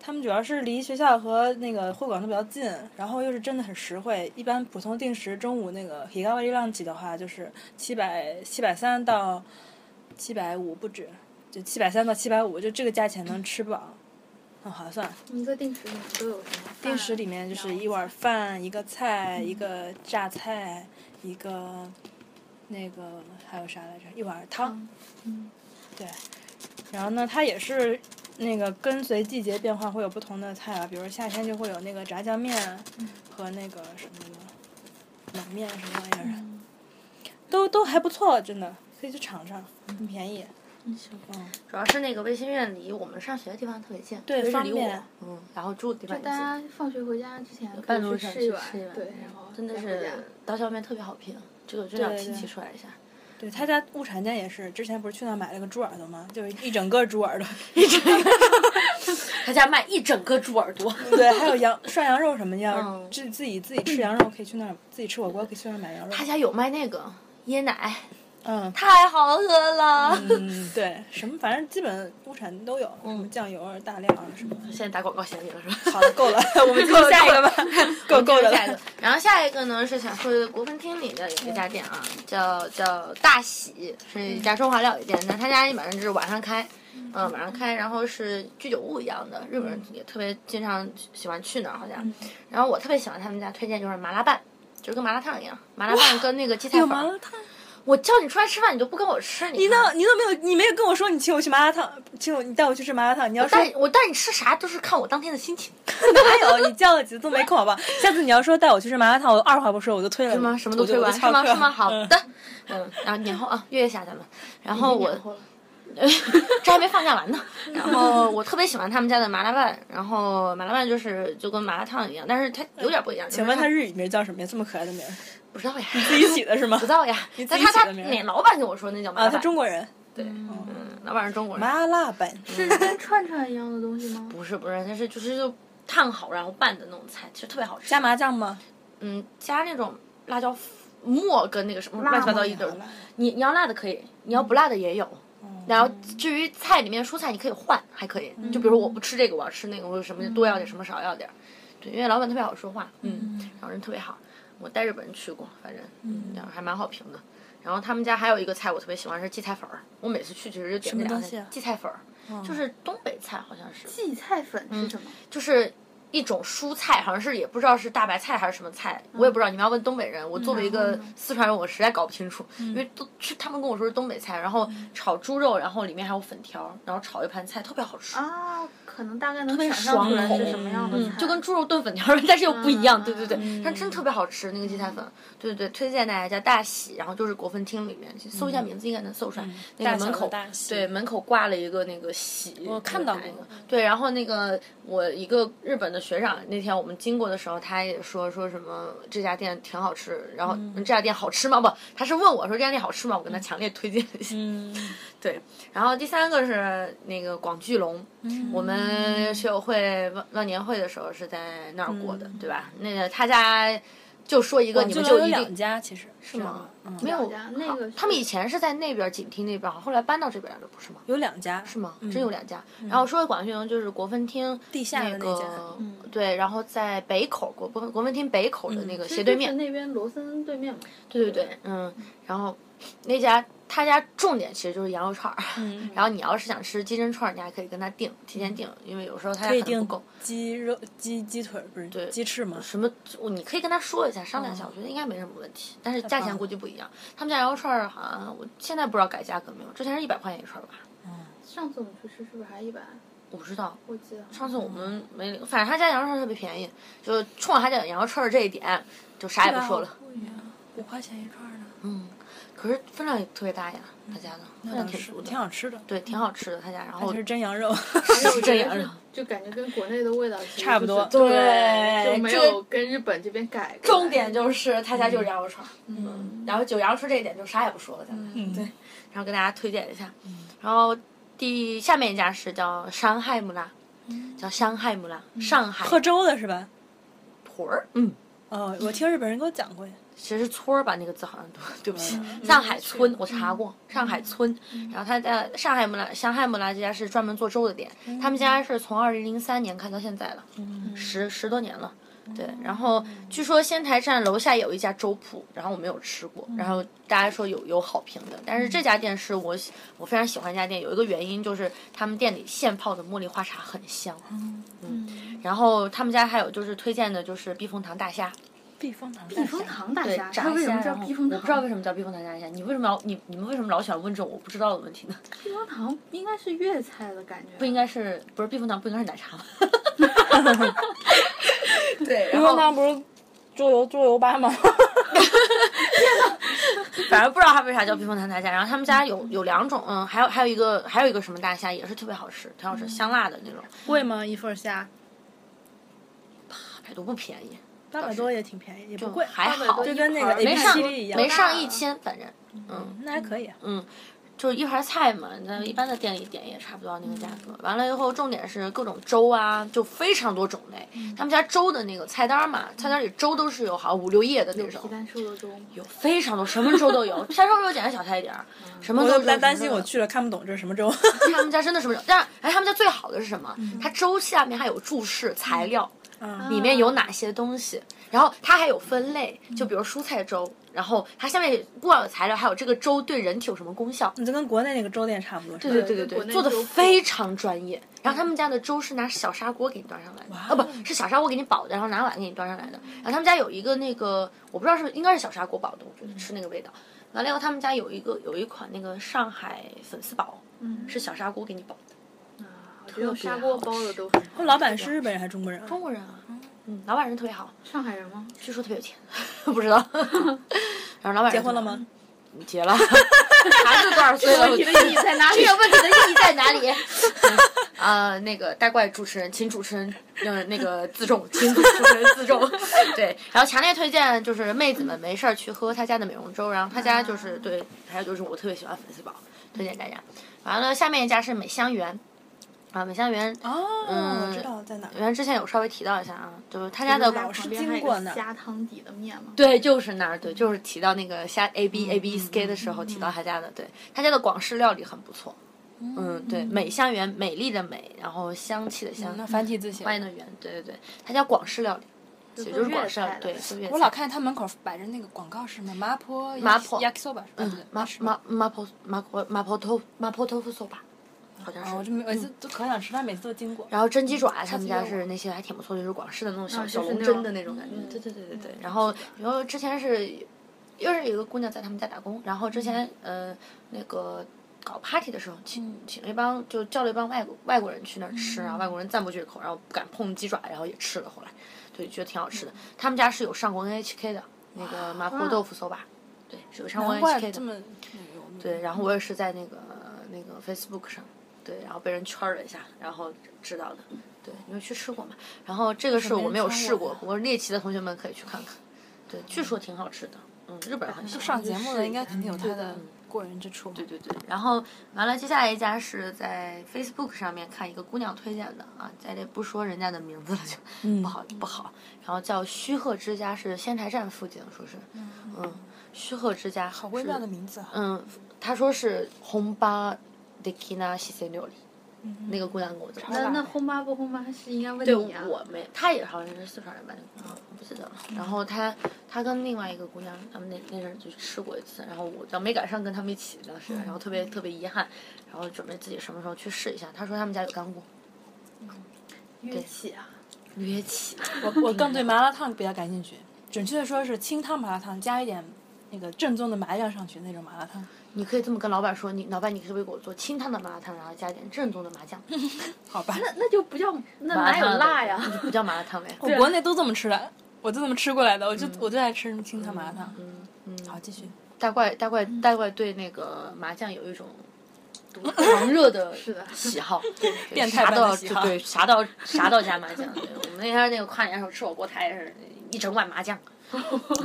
S2: 他们主要是离学校和那个会馆都比较近，然后又是真的很实惠。一般普通定时中午那个皮卡瓦利浪起的话，就是七百七百三到七百五不止，就七百三到七百五，就这个价钱能吃饱，很划算。
S4: 一个定时里面都有什么？啊
S2: 定时里面就是一碗饭、一个菜、一个榨菜、一个那个还有啥来着？一碗汤。嗯，对。然后呢，它也是那个跟随季节变化会有不同的菜啊，比如夏天就会有那个炸酱面和那个什么冷面什么玩意儿，
S4: 嗯
S2: 都都还不错，真的可以去尝尝，很便宜。
S4: 嗯
S3: 主要是那个卫星院离我们上学的地方特别近，
S2: 对
S3: 特别是
S2: 方
S3: 离
S2: 便
S3: 我，嗯，然后住的地
S4: 就
S3: 方也
S4: 大
S3: 近，
S4: 家放学回家之前可
S3: 半路
S4: 以
S3: 上
S4: 去
S3: 去
S4: 吃一碗
S3: 吃一碗，
S2: 嗯
S4: 对，然后
S3: 真的
S4: 再回家
S3: 是刀削面特别好评，这个真的要
S2: 对
S3: 提
S2: 对
S3: 提出来一下。
S2: 对，他家物产店也是，之前不是去那儿买了个猪耳朵吗？就是一整个猪耳朵。
S3: 他家卖一整个猪耳朵， [laughs]
S2: 对，还有羊涮羊肉什么要
S3: 嗯
S2: 自、自己自己吃羊肉，可以去那儿自己吃火锅，可以去那儿买羊肉
S3: 他。家有卖那个椰奶，
S2: 嗯
S3: 太好喝了。
S2: 嗯，对，什么反正基本物产都有，什么
S3: 嗯
S2: 酱油啊、大料啊什么的。
S3: 现在打广告嫌疑了是吧？
S2: 好了，
S3: [laughs]
S2: 够了，我们进入下一个吧，够够的
S3: 下一
S2: 了
S3: 个。，然后下一个呢是想说的国分厅里的有一家店啊，叫叫大喜，是一家中华料理店。那他家一般就是晚上开，嗯、晚上开，然后是居酒屋一样的，日本人也特别经常喜欢去那儿，好像。然后我特别喜欢他们家推荐就是麻辣拌，就是跟麻辣烫一样，麻辣拌跟那个荠菜
S2: 有
S3: 粉
S2: 麻
S3: 儿。
S2: 辣烫，
S3: 我叫你出来吃饭，你都不跟我吃，你
S2: 你
S3: 你
S2: 那你都没有，你没有跟我说你请我去麻辣烫，请我你带我去吃麻辣烫。你要说
S3: 带我带你吃啥都是看我当天的心情，
S2: 哪有，你叫了几次都没空，好不好？下次你要说带我去吃麻辣烫，我二话不说我就推了
S3: 是
S2: 你，
S3: 吗？什么都
S2: 我就
S3: 推
S2: 我
S3: 完
S2: 就是翘
S3: 吗？
S2: 课
S3: 是吗？好
S2: 嗯
S3: 的，嗯，然后年后啊，月月下咱们，然后我
S4: 然后 [laughs] 了
S3: [laughs] 这还没放假完呢。然后我特别喜欢他们家的麻辣拌，然后麻辣拌就是就跟麻辣烫一样，但是它有点不一样。
S2: 请问
S3: 就
S2: 他
S3: 是
S2: 日语名叫什么呀？这么可爱的名儿，
S3: 它不知道呀？
S2: 自
S3: [laughs]
S2: 己起的是吗
S3: 不？知道呀
S2: 你？自
S3: 但
S2: 己
S3: 他
S2: 起
S3: 他
S2: 的名儿
S3: 那老板跟我说那叫麻
S2: 啊，
S3: 辣
S2: 他
S3: 拌，
S2: 中国人，哦
S3: 对，嗯，老板是中国人，
S2: 麻辣嗯拌。
S4: 是跟串串一样的东西吗？
S3: 不是不是，但是就是就烫好然后拌的那种菜，其实特别好吃。
S2: 加麻酱吗？
S3: 嗯，加那种辣椒末跟那个什么
S4: 辣
S3: 乱七八糟
S4: 吗
S3: 一堆儿，你你要辣的可以，你要不辣的也有。然后至于菜里面蔬菜，你可以换，还可以。
S2: 嗯
S3: 就比如我不吃这个，我要吃那个，或者什么就多要点，什么少要点儿。
S2: 嗯
S3: 对，因为老板特别好说话，嗯，然后人特别好。我带日本人去过，反正嗯，然后还蛮好评的。然后他们家还有一个菜我特别喜欢是荠菜粉儿，我每次去其实就点这
S2: 什么
S3: 两
S2: 东西
S3: 个
S2: 啊
S3: 荠菜粉儿，就是东北菜好像是，
S4: 荠菜粉是什么？
S3: 就是一种蔬菜，好像是也不知道是大白菜还是什么菜，我也不知道。你们要问东北人，我作为一个四川人，我实在搞不清楚，因为都是他们跟我说是东北菜，然后炒猪肉，然后里面还有粉条，然后炒一盘菜，特别好吃，
S4: 啊，可能大概能
S3: 特别
S4: 想象出来
S3: 爽口嗯
S4: 是什么样的菜，
S3: 就跟猪肉炖粉条，但是又不一样。
S4: 嗯
S3: 对对对，但真特别好吃那个荠菜粉，对对对，推荐大家叫大喜，然后就是国分厅里面去搜一下名字，应该能搜出来。
S2: 嗯
S3: 那
S2: 大
S3: 个
S2: 小
S3: 门
S2: 的
S3: 口
S2: 大喜
S3: 对门口挂了一个那个喜，
S2: 我看到过
S3: 那个对，然后那个我一个日本的的学长那天我们经过的时候，他也说说什么这家店挺好吃，然后、
S2: 嗯
S3: 嗯这家店好吃吗？不，他是问我说这家店好吃吗？我跟他强烈推荐了一下。
S2: 嗯，
S3: 对，然后第三个是那个广聚龙，
S2: 嗯
S3: 我们学友会忘忘年会的时候是在那儿过的，对吧？那个他家就说一个，你们
S2: 就
S3: 嗯哦就
S2: 有
S3: 一
S2: 两
S3: 定
S2: 家，其实是
S3: 吗？
S2: 嗯，
S3: 没有
S4: 两家那个
S3: 他们
S4: 是
S3: 以前是在那边锦厅那边，后来搬到这边来了，不是吗？嗯
S2: 有两家是
S3: 是吗？真有两家。然后说广旭营就是国分厅
S2: 地下的
S3: 那
S2: 那家嗯
S3: 个，嗯
S4: 嗯
S3: 对，然后在北口国国国分厅北口的那个斜对
S4: 就是
S3: 面，
S4: 那边罗森对面嘛。
S3: 对对对，嗯，然后那家他家重点其实就是羊肉串儿，然后你要是想吃鸡胗串儿，你还可以跟他订，提前订，因为有时候他
S2: 可
S3: 家
S2: 以
S3: 可能
S2: 订
S3: 不够。
S2: 鸡肉、鸡鸡腿儿不是鸡翅吗？
S3: 什么？你可以跟他说一下，商量一下，我觉得应该没什么问题。但是价
S2: 棒
S3: 钱
S2: 了
S3: 估计不一样。他们家羊肉串儿好像我现在不知道改价格没有，之前是一百块钱一串儿吧，
S4: 上次我们去吃是不是还一百？
S3: 我不知道。
S4: 我记得好像
S3: 上次我们没领，反正他家羊肉串儿特别便宜，就冲着他家羊肉串儿这一点，就啥也不说了。
S4: 嗯
S2: 五块钱一串儿呢，
S3: 嗯，可是分量也特别大呀，他家的分量
S2: 当
S3: 挺
S2: 时
S3: 足的，
S2: 挺好吃的，
S3: 对，挺好吃的他家。然后
S2: 而且是真羊肉。 [laughs]
S4: 是
S3: 是这样的，
S4: 就感觉跟国内的味道其实
S2: 差不多
S4: 就是
S3: 对
S4: 就没有跟日本这边改过来。
S3: 重点就是他家就是羊肉串，嗯，然后九羊肉串这一点就啥也不说了，咱们、对，然后跟大家推荐一下，然后第下面一家是叫山海姆拉，叫山海姆拉，上海
S2: 喝粥的是吧？
S3: 屯儿，嗯，
S2: 哦，我听日本人给我讲过呀。
S3: 其实是村儿吧，那个字好像读， [laughs] 对不起，上海村我查过，上海村。然后他在上海木拉上海木拉这家是专门做粥的店，他们家是从二零零三年开到现在了，十十多年了。对，然后据说仙台站楼下有一家粥铺，然后我没有吃过，然后大家说有有好评的，但是这家店是我喜我非常喜欢这家店，有一个原因就是他们店里现泡的茉莉花茶很香，嗯，然后他们家还有就是推荐的就是避风塘大虾，
S2: 避风塘，
S4: 避风塘大
S3: 对，
S4: 虾，
S3: 炸
S4: 它为什么
S3: 虾
S4: 叫
S3: 然后
S4: 避风
S3: 我
S4: 塘？
S3: 不知道为什么叫避风塘炸虾。你为什么要你你们为什么老想问这种我不知道的问题呢？
S4: 避风塘应该是粤菜的感觉，
S3: 不应该是不是避风塘不应该是奶茶吗？ [laughs] 对，
S2: 避
S3: 然后
S2: 风塘不是桌游桌游吧
S3: [laughs]
S2: 吗？
S3: 反正不知道它为啥叫避风塘大虾。然后他们家有有两种，嗯，还有还有一个还有一个什么大虾也是特别好吃，挺好
S4: 嗯
S3: 吃，香辣的那种，
S7: 贵吗？一份虾
S3: 百多不便宜，
S7: 八百多也挺便宜，也不
S3: 就
S7: 贵，
S3: 还
S4: 800
S3: 好
S4: 多，
S7: 就跟那个
S4: 一
S3: 没
S7: A B
S4: 盘儿
S3: 上
S7: C D 一样
S3: 没。上
S4: 大啊
S3: 一千，反正嗯。
S2: 那还可以啊。
S3: 嗯，就是一盘菜嘛，那一般的店里点也差不多那个价
S4: 嗯
S3: 格。完了以后，重点是各种粥啊，就非常多种类。
S4: 嗯
S3: 他们家粥的那个菜单嘛，菜单里粥都是有好像五六页的那
S4: 有
S3: 种
S4: 皮，蛋瘦肉粥啊吗？
S3: 有非常多，什么粥都有。皮蛋瘦肉简单小菜一点儿，什么
S2: 我
S3: 都
S2: 都
S3: 有。
S2: 不担担
S3: 什
S2: 心
S3: 么
S2: 我
S3: 都有
S2: 去了看不懂这是什么
S3: [laughs]
S2: 粥。
S3: 他们家真的什么粥，但是哎，他们家最好的是什么？它粥下面还有注释材料，
S2: 嗯
S3: 里面有哪些东西，然后它还有分类，就比如蔬菜粥，然后它下面不管有材料，还有这个粥对人体有什么功效。
S2: 你就跟国内那个粥店差不多，是吧
S3: 对对
S4: 对国
S3: 对对，
S4: 内嗯
S3: 做的
S4: 粥铺
S3: 非常专业。然后他们家的粥是拿小砂锅给你端上来的，
S4: 哦
S3: 啊不是小砂锅给你煲的，然后拿碗给你端上来的。然后他们家有一个那个，我不知道是不是应该是小砂锅煲的，我
S4: 嗯
S3: 觉得吃那个味道。完了以后，他们家有一个有一款那个上海粉丝煲，
S4: 嗯，
S3: 是小砂锅给你煲的。
S4: 我觉得
S3: 别
S4: 砂锅
S3: 好
S4: 包的都很好。
S2: 老板是日本人还是中国人啊？
S3: 中国人啊，嗯，老板人特别好，
S4: 上海人吗？
S3: 据说特别有钱， [laughs] 不
S4: [laughs]
S3: 知道。然后老板人
S2: 结婚了
S3: 特别好
S2: 吗？？
S3: 结了， [laughs] 孩子多少岁了？
S4: 问题的意义在哪里
S3: 这？个问题的意义在哪里？ [laughs] 啊、那个大怪主持人，请主持人，呃，那个自重，请主持人自重。 [laughs] 对，然后强烈推荐就是妹子们没事儿去喝他家的美容粥，然后他家就是对，还有就是我特别喜欢粉丝煲，推荐大家。完了，下面一家是美香园，啊，美香园，
S2: 哦，
S3: 嗯
S2: 我知道在哪儿。
S3: 原来之前有稍微提到一下啊，就是他家的
S4: 旁
S7: 是
S4: 边还有
S7: 经
S4: 一
S7: 过
S4: 个
S7: 那儿
S4: 虾汤底的面吗？
S3: 对，就是那儿，对，就是提到那个虾 A B A B K 的时候提到他家的，对，他家的广式料理很不错。嗯，对，美香园，美丽的美，然后香气的香，
S2: 嗯那繁体字写的
S3: 欢迎的园，对对对，他家广式料理，也就是广式料理
S4: 粤菜，的
S3: 对，就粤
S8: 我
S3: 菜
S8: 老看他门口摆着那个广告是什么麻婆
S3: 麻婆
S8: yakisoba 是吧？对
S3: 麻
S8: 是吧
S3: 麻麻婆麻婆麻婆豆麻婆豆腐寿吧，好
S8: 啊，
S3: 像
S8: 我
S3: 是。
S8: 就每次都可
S2: 可想吃饭，每次都经过。
S3: 嗯然后蒸鸡爪，啊他们家
S8: 次约
S3: 是那些还挺不错的，就是广式的那种小
S4: 啊
S3: 小
S4: 就是
S3: 笼
S4: 那
S3: 蒸
S4: 种
S3: 的那种感觉。对对对对对。然后然后之前是又是有一个姑娘在他们家打工，然后之前呃那个搞 party 的时候，请请了一帮就叫了一帮外国外国人去那儿吃，然后外国人赞不绝口，然后不敢碰鸡爪，然后也吃了，后来对觉得挺好吃的。他们家是有上过 NHK 的那个麻婆豆腐 soba，对，是有上过
S8: 难怪
S3: NHK
S8: 这
S3: 的。
S8: 么
S3: 对，然后我也是在那个那个 Facebook 上，对，然后被人圈了一下，然后知道的。对，你们去吃过吗？然后这个是我没有试过，不过猎奇的同学们可以去看看。对，据说挺好吃的。嗯，日本很喜
S9: 就
S3: 欢
S9: 上节目
S3: 去试
S9: 了，
S3: 一
S9: 应该
S3: 下
S9: 肯定有它的
S3: 嗯
S9: 过人之处。
S3: 对对对，然后完了，接下来一家是在 Facebook 上面看一个姑娘推荐的啊，在这不说人家的名字了就，
S9: 嗯
S3: 不好不好。然后叫须贺之家，是仙台站附近，说是，嗯，须贺之家好
S9: 好微妙的名字啊！
S3: 嗯，他说是红巴的 kina 西西料理，
S2: 嗯
S3: 那个姑娘跟我讲的。
S4: 嗯那那轰妈不轰妈是应该问
S3: 对，
S4: 你啊。
S3: 我没，她也好像是四川人吧，那个姑娘我不记得了。然后她她跟另外一个姑娘，他们那那阵儿就吃过一次，然后我倒没赶上跟他们一起，当时，然后特别
S2: 嗯
S3: 特别遗憾，然后准备自己什么时候去试一下。她说他们家有干锅，
S4: 乐器啊，
S3: 约起。
S2: 我我更对麻辣烫比较感兴趣，准确的说是清汤麻辣烫加一点那个正宗的麻酱上去那种麻辣烫。
S3: 你可以这么跟老板说，你老板，你可不可以给我做清汤的麻辣烫，然后加一点正宗的麻
S2: [laughs]
S3: 酱？
S2: 好吧，
S4: 那那就不叫那
S3: 麻辣
S4: 哪有
S3: 烫的
S4: 辣呀？ [laughs]
S3: 不叫麻辣烫嘞。
S2: 我国内都这么吃的，我就这么吃过来的，我就
S4: 嗯
S2: 我就爱吃什么清汤麻辣烫。
S3: 嗯嗯，
S2: 好，继续。
S3: 大怪大怪
S2: 嗯
S3: 大怪对那个麻酱有一种
S2: [laughs]
S3: 独狂热的
S4: 的
S3: 喜好，对
S2: 变态
S3: 啥
S2: 般
S3: 都
S2: 的
S3: 要
S2: 喜好
S3: 对啥都
S2: [laughs]
S3: 要啥都要加麻酱。对我们那天那个跨年的时候吃火锅，他也是一整碗麻酱。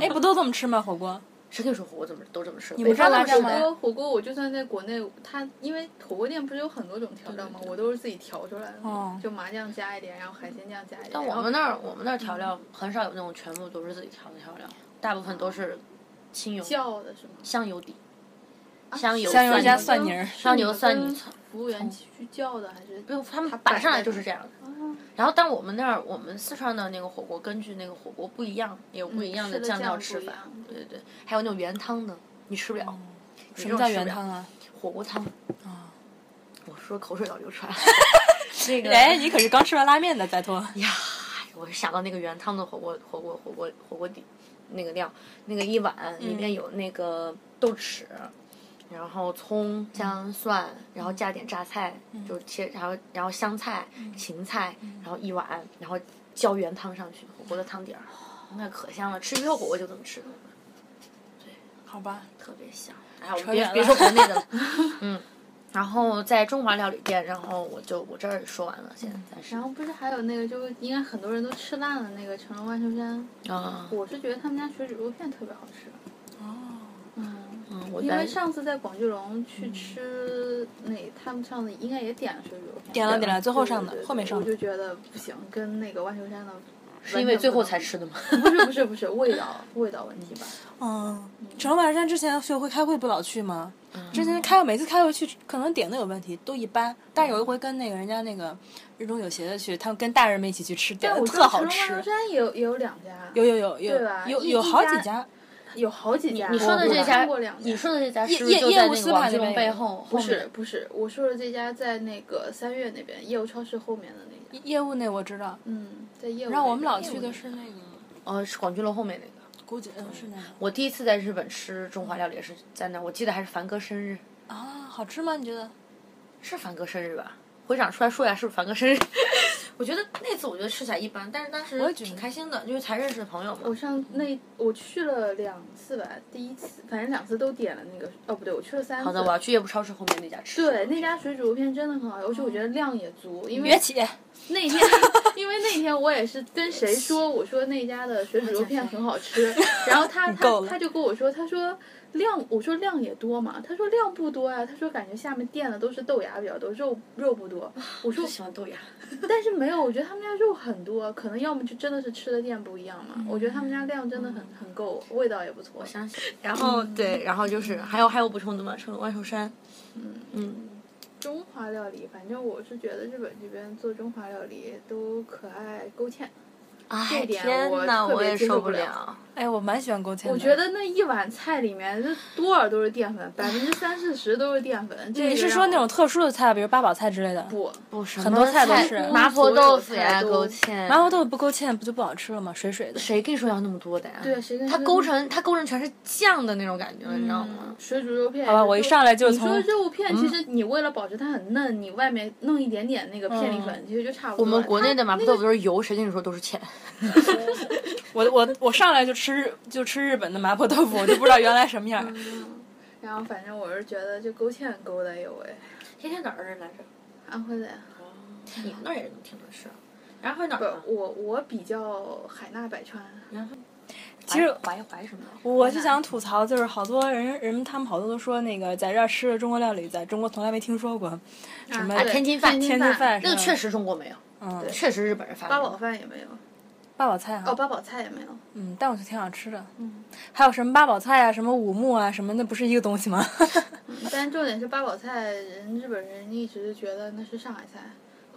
S2: 哎，不都这么吃吗？火
S4: 哦
S2: 锅？
S3: 谁跟你说火锅怎么都这么吃？
S2: 你们知道辣
S4: 火
S2: 酱吗？
S4: 锅火锅，我就算在国内，它因为火锅店不是有很多种调料吗？我都是自己调出来的，
S2: 哦
S4: 就麻酱加一点，然后海鲜酱加一点。
S3: 但我
S4: 然后
S3: 们那儿我们那儿
S2: 嗯
S3: 调料很少有那种全部都是自己调的调料，大部分都是清油、
S4: 叫的是吗？
S3: 香油底、香油、
S2: 香油加
S3: 蒜
S2: 蒜泥儿
S3: 香油蒜泥
S4: 嗯跟
S3: 葱
S4: 服务员去叫的还是
S3: 不用，他们
S4: 他
S3: 摆
S4: 摆哦
S3: 上来
S4: 在
S3: 就是这样的。然后，但我们那儿，我们四川的那个火锅，根据那个火锅不一样，有不一样
S4: 嗯吃的
S3: 酱料
S4: 酱
S3: 吃
S4: 不一
S3: 法
S4: 样。哦
S3: 对对对，还有那种原汤的，你吃不了。你
S2: 什
S3: 这
S2: 么
S3: 种
S2: 叫
S3: 吃
S2: 原
S3: 不了
S2: 汤啊？
S3: 火锅汤。
S2: 啊
S3: 我说口水要流出来了。那
S4: 啊
S3: 个，
S2: 哎，你可是刚吃完拉面的，拜托。
S3: 呀，哎我想到那个原汤的火锅，火锅，火锅，火锅底，那个料，那个一碗里面有那个豆豉，然后葱姜蒜，然后加点榨菜，就切，然后然后香菜、芹菜，然后一碗，然后浇原汤上去，火锅的汤底儿，哦那可香了。吃鱼肉火锅就这么吃的，
S2: 好吧，
S3: 特别香。哎呀，我
S2: 扯
S3: 别
S2: 远
S3: 别
S2: 了
S3: 说国内 [laughs] 的了，嗯。然后在中华料理店，然后我就我这儿说完了，现在暂时
S4: 然后不是还有那个，就应该很多人都吃烂了那个成龙万寿山，
S3: 啊，
S4: 我是觉得他们家水煮肉片特别好吃。
S2: 哦
S3: 嗯，我
S4: 因
S3: 在
S4: 为上次在广聚龙去
S2: 嗯
S4: 吃那，他们上次应该也点了水煮肉片，
S2: 点了点了最后
S4: 对
S2: 上
S4: 对
S2: 的
S4: 对
S2: 后面上
S4: 我
S2: 的
S4: 就觉得不行，跟那个万寿山的
S3: 是因为最后才吃的吗？
S4: 不是不是不是味道味道问题吧？
S2: 嗯，成龙晚上之前学会开会不老去吗？
S4: 嗯
S2: 之前开会每次开会去，可能点的有问题，都一般。但是有一回跟那个人家那个日中有协的去，他们跟大人们一起去吃，点
S4: 但
S2: 的
S4: 我
S2: 特好
S4: 知道成龙万
S2: 吃
S4: 寿。山也有也有两家，
S2: 有有有有
S4: 对吧
S2: 有
S4: 一
S2: 有
S4: 一
S2: 好几
S4: 家
S2: 家，
S4: 有好几家。
S3: 你说的这
S4: 我
S3: 家
S4: 看过两，家
S3: 你说的这家是不
S2: 业
S3: 是就
S2: 业
S3: 在
S2: 务
S3: 那
S2: 司
S3: 个
S2: 吧
S3: 王
S2: 那
S3: 金龙
S2: 边
S3: 背
S2: 有
S3: 后？后
S4: 不是
S3: 面，
S4: 不是，我说的这家在那个三月那边业务超市后面的那家，
S2: 业务那我知道。
S4: 嗯，在业务那边。
S2: 然后我们老去的是那个，
S3: 哦，是广军楼后面那个。
S2: 估计嗯是那个
S3: 我第一次在日本吃中华料理是在那儿，我记得还是凡哥生日，
S2: 啊，好吃吗？你觉得？
S3: 是凡哥生日吧？回想出来说一下是不是凡哥生日？ [laughs] 我觉得那次我觉得吃起来一般，但是当时
S2: 我也觉得
S3: 挺开心的，因为才认识朋友嘛
S4: 我。上那我去了两次吧，第一次反正两次都点了那个，哦不对，我去了三次。
S3: 好的，我要去夜不超市后面那家吃。
S4: 对，那家水煮肉片真的很好，而且我觉得量也足，因为
S2: 别起，
S4: 那
S3: [laughs]
S4: 天，因为那天我也是跟谁说，我说那家的水煮肉片很
S3: [laughs]
S4: 好吃，然后他
S2: 够
S4: 他
S2: 了
S4: 他就跟我说，他说量，我说量也多嘛，他说量不多啊，他说感觉下面垫的都是豆芽比较多，肉肉不多，我说
S3: 我喜欢豆芽，
S4: 但是没有，我觉得他们家肉很多，可能要么就真的是吃的店不一样嘛，我觉得他们家量真的很很够，味道也不错
S3: 嗯我。相信。 [laughs] 然后对，然后就是还有还有补充的吗？成龙万寿山，嗯
S4: 中华料理，反正我是觉得日本这边做中华料理都可爱勾芡。
S3: 嗯，哎
S4: 这点
S3: 天
S4: 我
S3: 呐，
S4: 特别
S3: 也
S4: 接
S3: 受
S4: 受
S3: 不
S4: 不了
S3: 了。
S2: 哎，我蛮喜欢勾芡的。
S4: 我觉得那一碗菜里面，这多少都是淀粉，百分之三四十都是淀粉。这
S2: 你
S4: 个
S2: 是
S4: 让
S2: 说那
S4: 我
S2: 种哦特殊的菜，啊比如八宝菜之类的？
S4: 不？
S3: 不是，
S2: 很多菜都是
S3: 麻婆豆腐呀，
S4: 所有
S3: 勾
S4: 的菜
S3: 芡。
S2: 麻婆豆腐不勾芡不就不好吃了吗？水水的。
S3: 谁跟你说要那么多的呀？
S4: 对，谁跟
S3: 它
S4: 你说
S3: 勾成它勾成全是酱的那种感觉，你知道吗？
S4: 水煮肉片？
S2: 好吧，我一上来就
S4: 你
S2: 从嗯
S4: 说肉片，其实你为了保持它很嫩，你外面弄一点点那个片
S2: 嗯
S4: 粒粉，其实就差不
S3: 我
S4: 多了。
S3: 们国内的麻婆豆腐都是油，谁跟你说都是 [laughs] 芡？
S2: 我我我上来就吃日就吃日本的麻婆豆腐，我就不知道原来什么样儿。
S4: 它，然后反正我是觉得这勾芡勾的，哎呦喂，
S3: 天天哪儿人来着？
S4: 安徽的呀。
S3: 你们那儿也能听着吃？然后还有哪
S4: 不
S3: 儿呢？，
S4: 我我比较海纳百川，
S2: 其实
S3: 怀怀什么？
S2: 我是想吐槽，就是好多人人们他们好多都说那个在这儿吃的中国料理，在中国从来没听说过，什么
S4: 啊对
S3: 天津饭
S2: 天津
S4: 津
S2: 饭
S3: 那个
S2: 是
S3: 确
S2: 吧
S3: 实中国没有，
S2: 嗯
S3: 确实日本人发
S4: 八
S3: 明
S4: 宝
S3: 的。
S4: 饭也没有，
S2: 八嗯宝菜
S4: 哦，
S2: 哈，
S4: 八宝菜也没有。
S2: 嗯，但我是挺想吃的，还有什么八宝菜啊，什么五木啊，什么那不是一个东西吗？
S4: 但重点是八宝菜，人日本人一直觉得那是上海菜，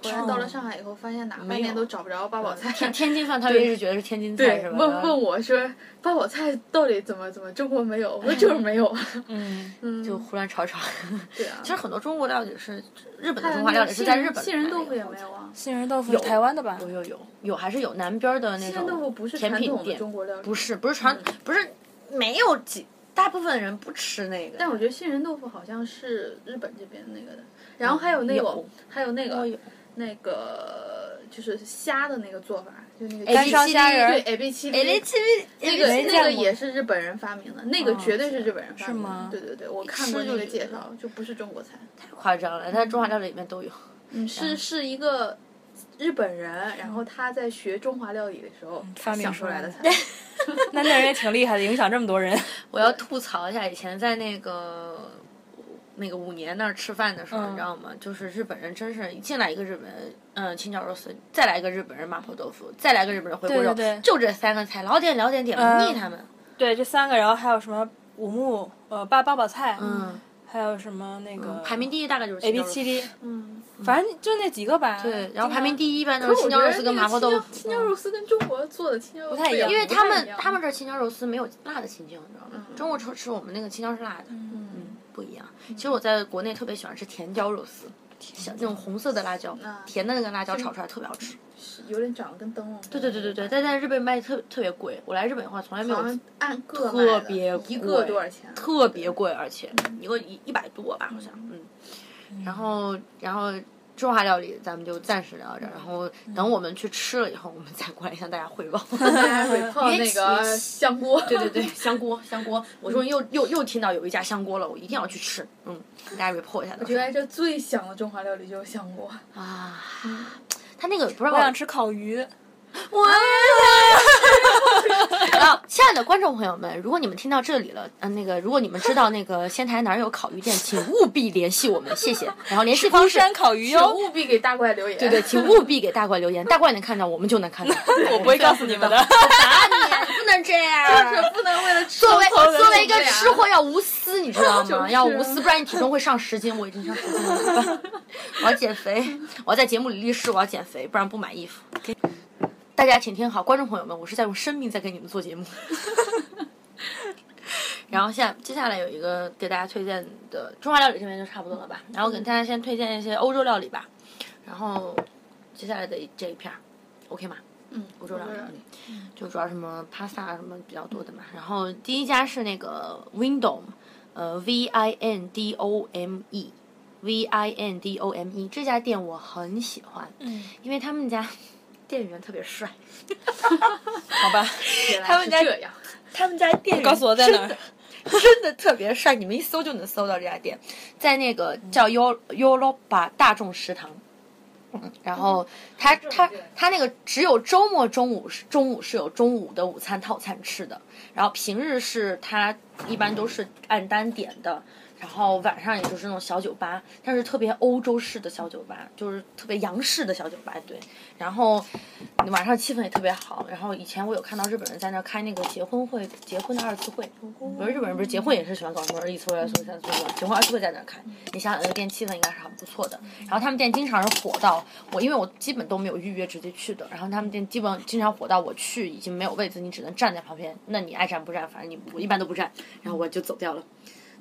S4: 后来到了上海以后，发现哪
S3: 哦
S4: 饭
S3: 没有嗯
S4: 店都找不着八宝菜。 [laughs]
S3: 天天津饭，他们一直觉得是天津菜
S4: 对，
S3: 是吧？
S4: 问问我说八宝菜到底怎么怎么中国没有？我说就是没有。
S2: 嗯，
S4: 嗯，
S3: 就胡乱炒炒。
S4: [laughs] 对啊
S3: 嗯其。实很多中国料理是日本的
S4: 看
S3: 中华
S4: 那个
S3: 料理是
S4: 杏
S3: 在
S4: 仁
S3: 日本
S4: 杏仁豆腐也
S3: 有
S4: 没有啊，
S2: [laughs] 杏仁豆腐是台湾的吧？
S3: 有有有有还是有南边的那
S4: 杏仁豆腐
S3: 种
S4: 不是
S3: 甜
S4: 传
S3: 品
S4: 统的
S3: 店，
S4: 中国料理，
S3: 不是不是传不是没有几大部分人不吃那个。
S4: 但我觉得杏仁豆腐好像是日本这边那个的，然后还有那个
S3: 嗯有，
S4: 还有那
S3: 中国
S4: 个
S3: 有
S4: 那个就是虾的那个做法，就那个
S3: 干烧虾仁
S4: 对 A B 七
S3: 哎，那其实
S4: 那个
S2: 没
S4: 那
S2: 见
S4: 个
S2: 过
S4: 也是日本人发明的，那
S3: 哦
S4: 个绝对是日本人发明
S2: 是
S4: 的。
S2: 吗
S4: 对对对，我
S3: 一
S4: 看
S3: 吃
S4: 过
S3: 就
S4: 那个
S3: 觉
S4: 介
S3: 得
S4: 绍，就不是中国菜，
S3: 太夸张了，它中华料理里面都有。
S4: 嗯，是是一个日本人，然后他在学中华料理的时候
S3: 嗯
S2: 发明
S4: 想
S2: 出
S4: 出
S2: 来
S4: 来的
S2: 的
S4: 菜。
S2: 那那人也挺厉害的，影响这么多人。
S3: [laughs] 我要吐槽一下，以前在那个那个五年那儿吃饭的时候，
S2: 嗯
S3: 你知道吗？就是日本人真是一进来一个日本人，嗯，青椒肉丝，再来一个日本人麻婆豆腐，再来一个日本人回锅
S2: 对
S3: 肉，
S2: 对对嗯
S3: 就这三个菜，老点老点点不腻他们。
S2: 对，这三个，然后还有什么五木呃八八宝菜，
S3: 嗯，
S2: 还有什么那个
S3: 排名第一大概就是
S2: A
S3: 青
S2: B
S3: 椒肉丝
S2: 七 D，
S3: [laughs]
S4: 嗯，
S2: 反正就那几个吧。
S3: 对，然
S2: 经
S3: 后排名
S2: 常
S3: 第一一般都
S4: 啊可
S3: 是
S4: 是我
S3: 青
S4: 觉
S3: 椒肉
S4: 得
S3: 丝
S4: 那
S3: 跟麻婆
S4: 个
S3: 豆
S4: 青椒
S3: 腐，
S4: 青椒肉丝跟中国做的青椒
S2: 不
S4: 不
S2: 太一样
S4: 样，
S3: 因为
S4: 不
S3: 他
S4: 太
S3: 们
S4: 一样
S3: 他们这儿青椒肉丝没有辣的青椒，你知道吗？中国吃吃我们那个青椒是辣的，
S4: 嗯，
S3: 不一样。其实我在国内特别喜欢吃甜椒肉丝，像那种红色的辣椒
S4: 啊，
S3: 甜的那个辣椒炒出来特别好吃。
S4: 是有点长得跟灯笼。
S3: 对对对对对，，但在日本卖特特别贵，我来日本的话从来没
S4: 好像
S3: 有
S4: 按个卖
S3: 特
S4: 的
S3: 别贵
S4: 一个多少钱啊？嗯
S3: 特别贵，而且一个一一百多吧，好像嗯。然后然后中华料理咱们就暂时聊到这儿，然后
S4: 嗯
S3: 等我们去吃了以后，我们再过来向大家汇
S4: [laughs]
S3: 报。
S4: 大家得泡那个香锅。
S3: 对对
S4: [laughs]
S3: 对，香锅香锅，我终于又又又听到有一家香锅了，我一定要去吃。嗯，给大家 report 一下。
S4: 我觉得这最香的中华料理就是香锅，
S3: 啊，
S4: 嗯
S3: 他那个不让
S2: 我想吃烤鱼，
S3: 我也想吃然后，亲爱的观众朋友们，如果你们听到这里了，嗯，那个，如果你们知道那个仙台哪儿有烤鱼店，请务必联系我们，谢谢。 [laughs] 然后联系方
S2: 孤
S3: 式，
S2: 山烤鱼哦哟，
S4: 务必给大怪留言。
S3: 对对，请务必给大怪留言，大怪能看到，我们就能看到。
S2: [laughs] 我不会告诉你们的。
S3: [laughs] 打你，啊不能这样。
S4: 不能为了吃
S3: 作为
S4: 头的
S3: 作为一个
S4: 这样
S3: 吃货要无私，你知道
S4: 就
S3: 吗？
S4: 是
S3: 要无私，不然你体重会上十斤，我已经上十斤了，怎么办我要减肥，我要在节目里立誓我要减肥，不然不买衣服。大家请听好，观众朋友们，我是在用生命在给你们做节目。 [laughs] 然后下接下来有一个给大家推荐的中华料理这边就差不多了吧，然后给大家先推荐一些欧洲料理吧，然后接下来的一这一片儿，OK 吗？
S4: 嗯，
S3: 欧洲料理
S4: 欧洲料理，
S3: 嗯就主要什么 pasta 什么比较多的嘛。然后第一家是那个 Windom，呃，V I N D O M E，V I N D O M E 这家店我很喜欢，
S2: 嗯，
S3: 因为他们家 [laughs] 店员特别帅，
S2: 好吧，
S3: 他们家
S4: 这样，
S3: 他们家店员
S2: 告诉我在哪儿。
S3: 真的特别帅，你们一搜就能搜到这家店，在那个叫 Eu Europa 大众食堂。嗯，然后他他他那个只有周末中午是中午是有中午的午餐套餐吃的，然后平日是他一般都是按单点的，然后晚上也就是那种小酒吧，但是特别欧洲式的小酒吧，就是特别洋式的小酒吧，对。然后晚上气氛也特别好，然后以前我有看到日本人在那儿开那个结婚会，结婚的二次会，不是日本人不是结婚也是喜欢搞什么一撮一撮三撮的，结婚二次会在那儿开。你想想那个店气氛应该是很不错的。然后他们店经常是火到我，因为我基本都没有预约直接去的。然后他们店基本经常火到我去已经没有位子，你只能站在旁边。那你爱站不站，反正你我一般都不站，然后我就走掉了。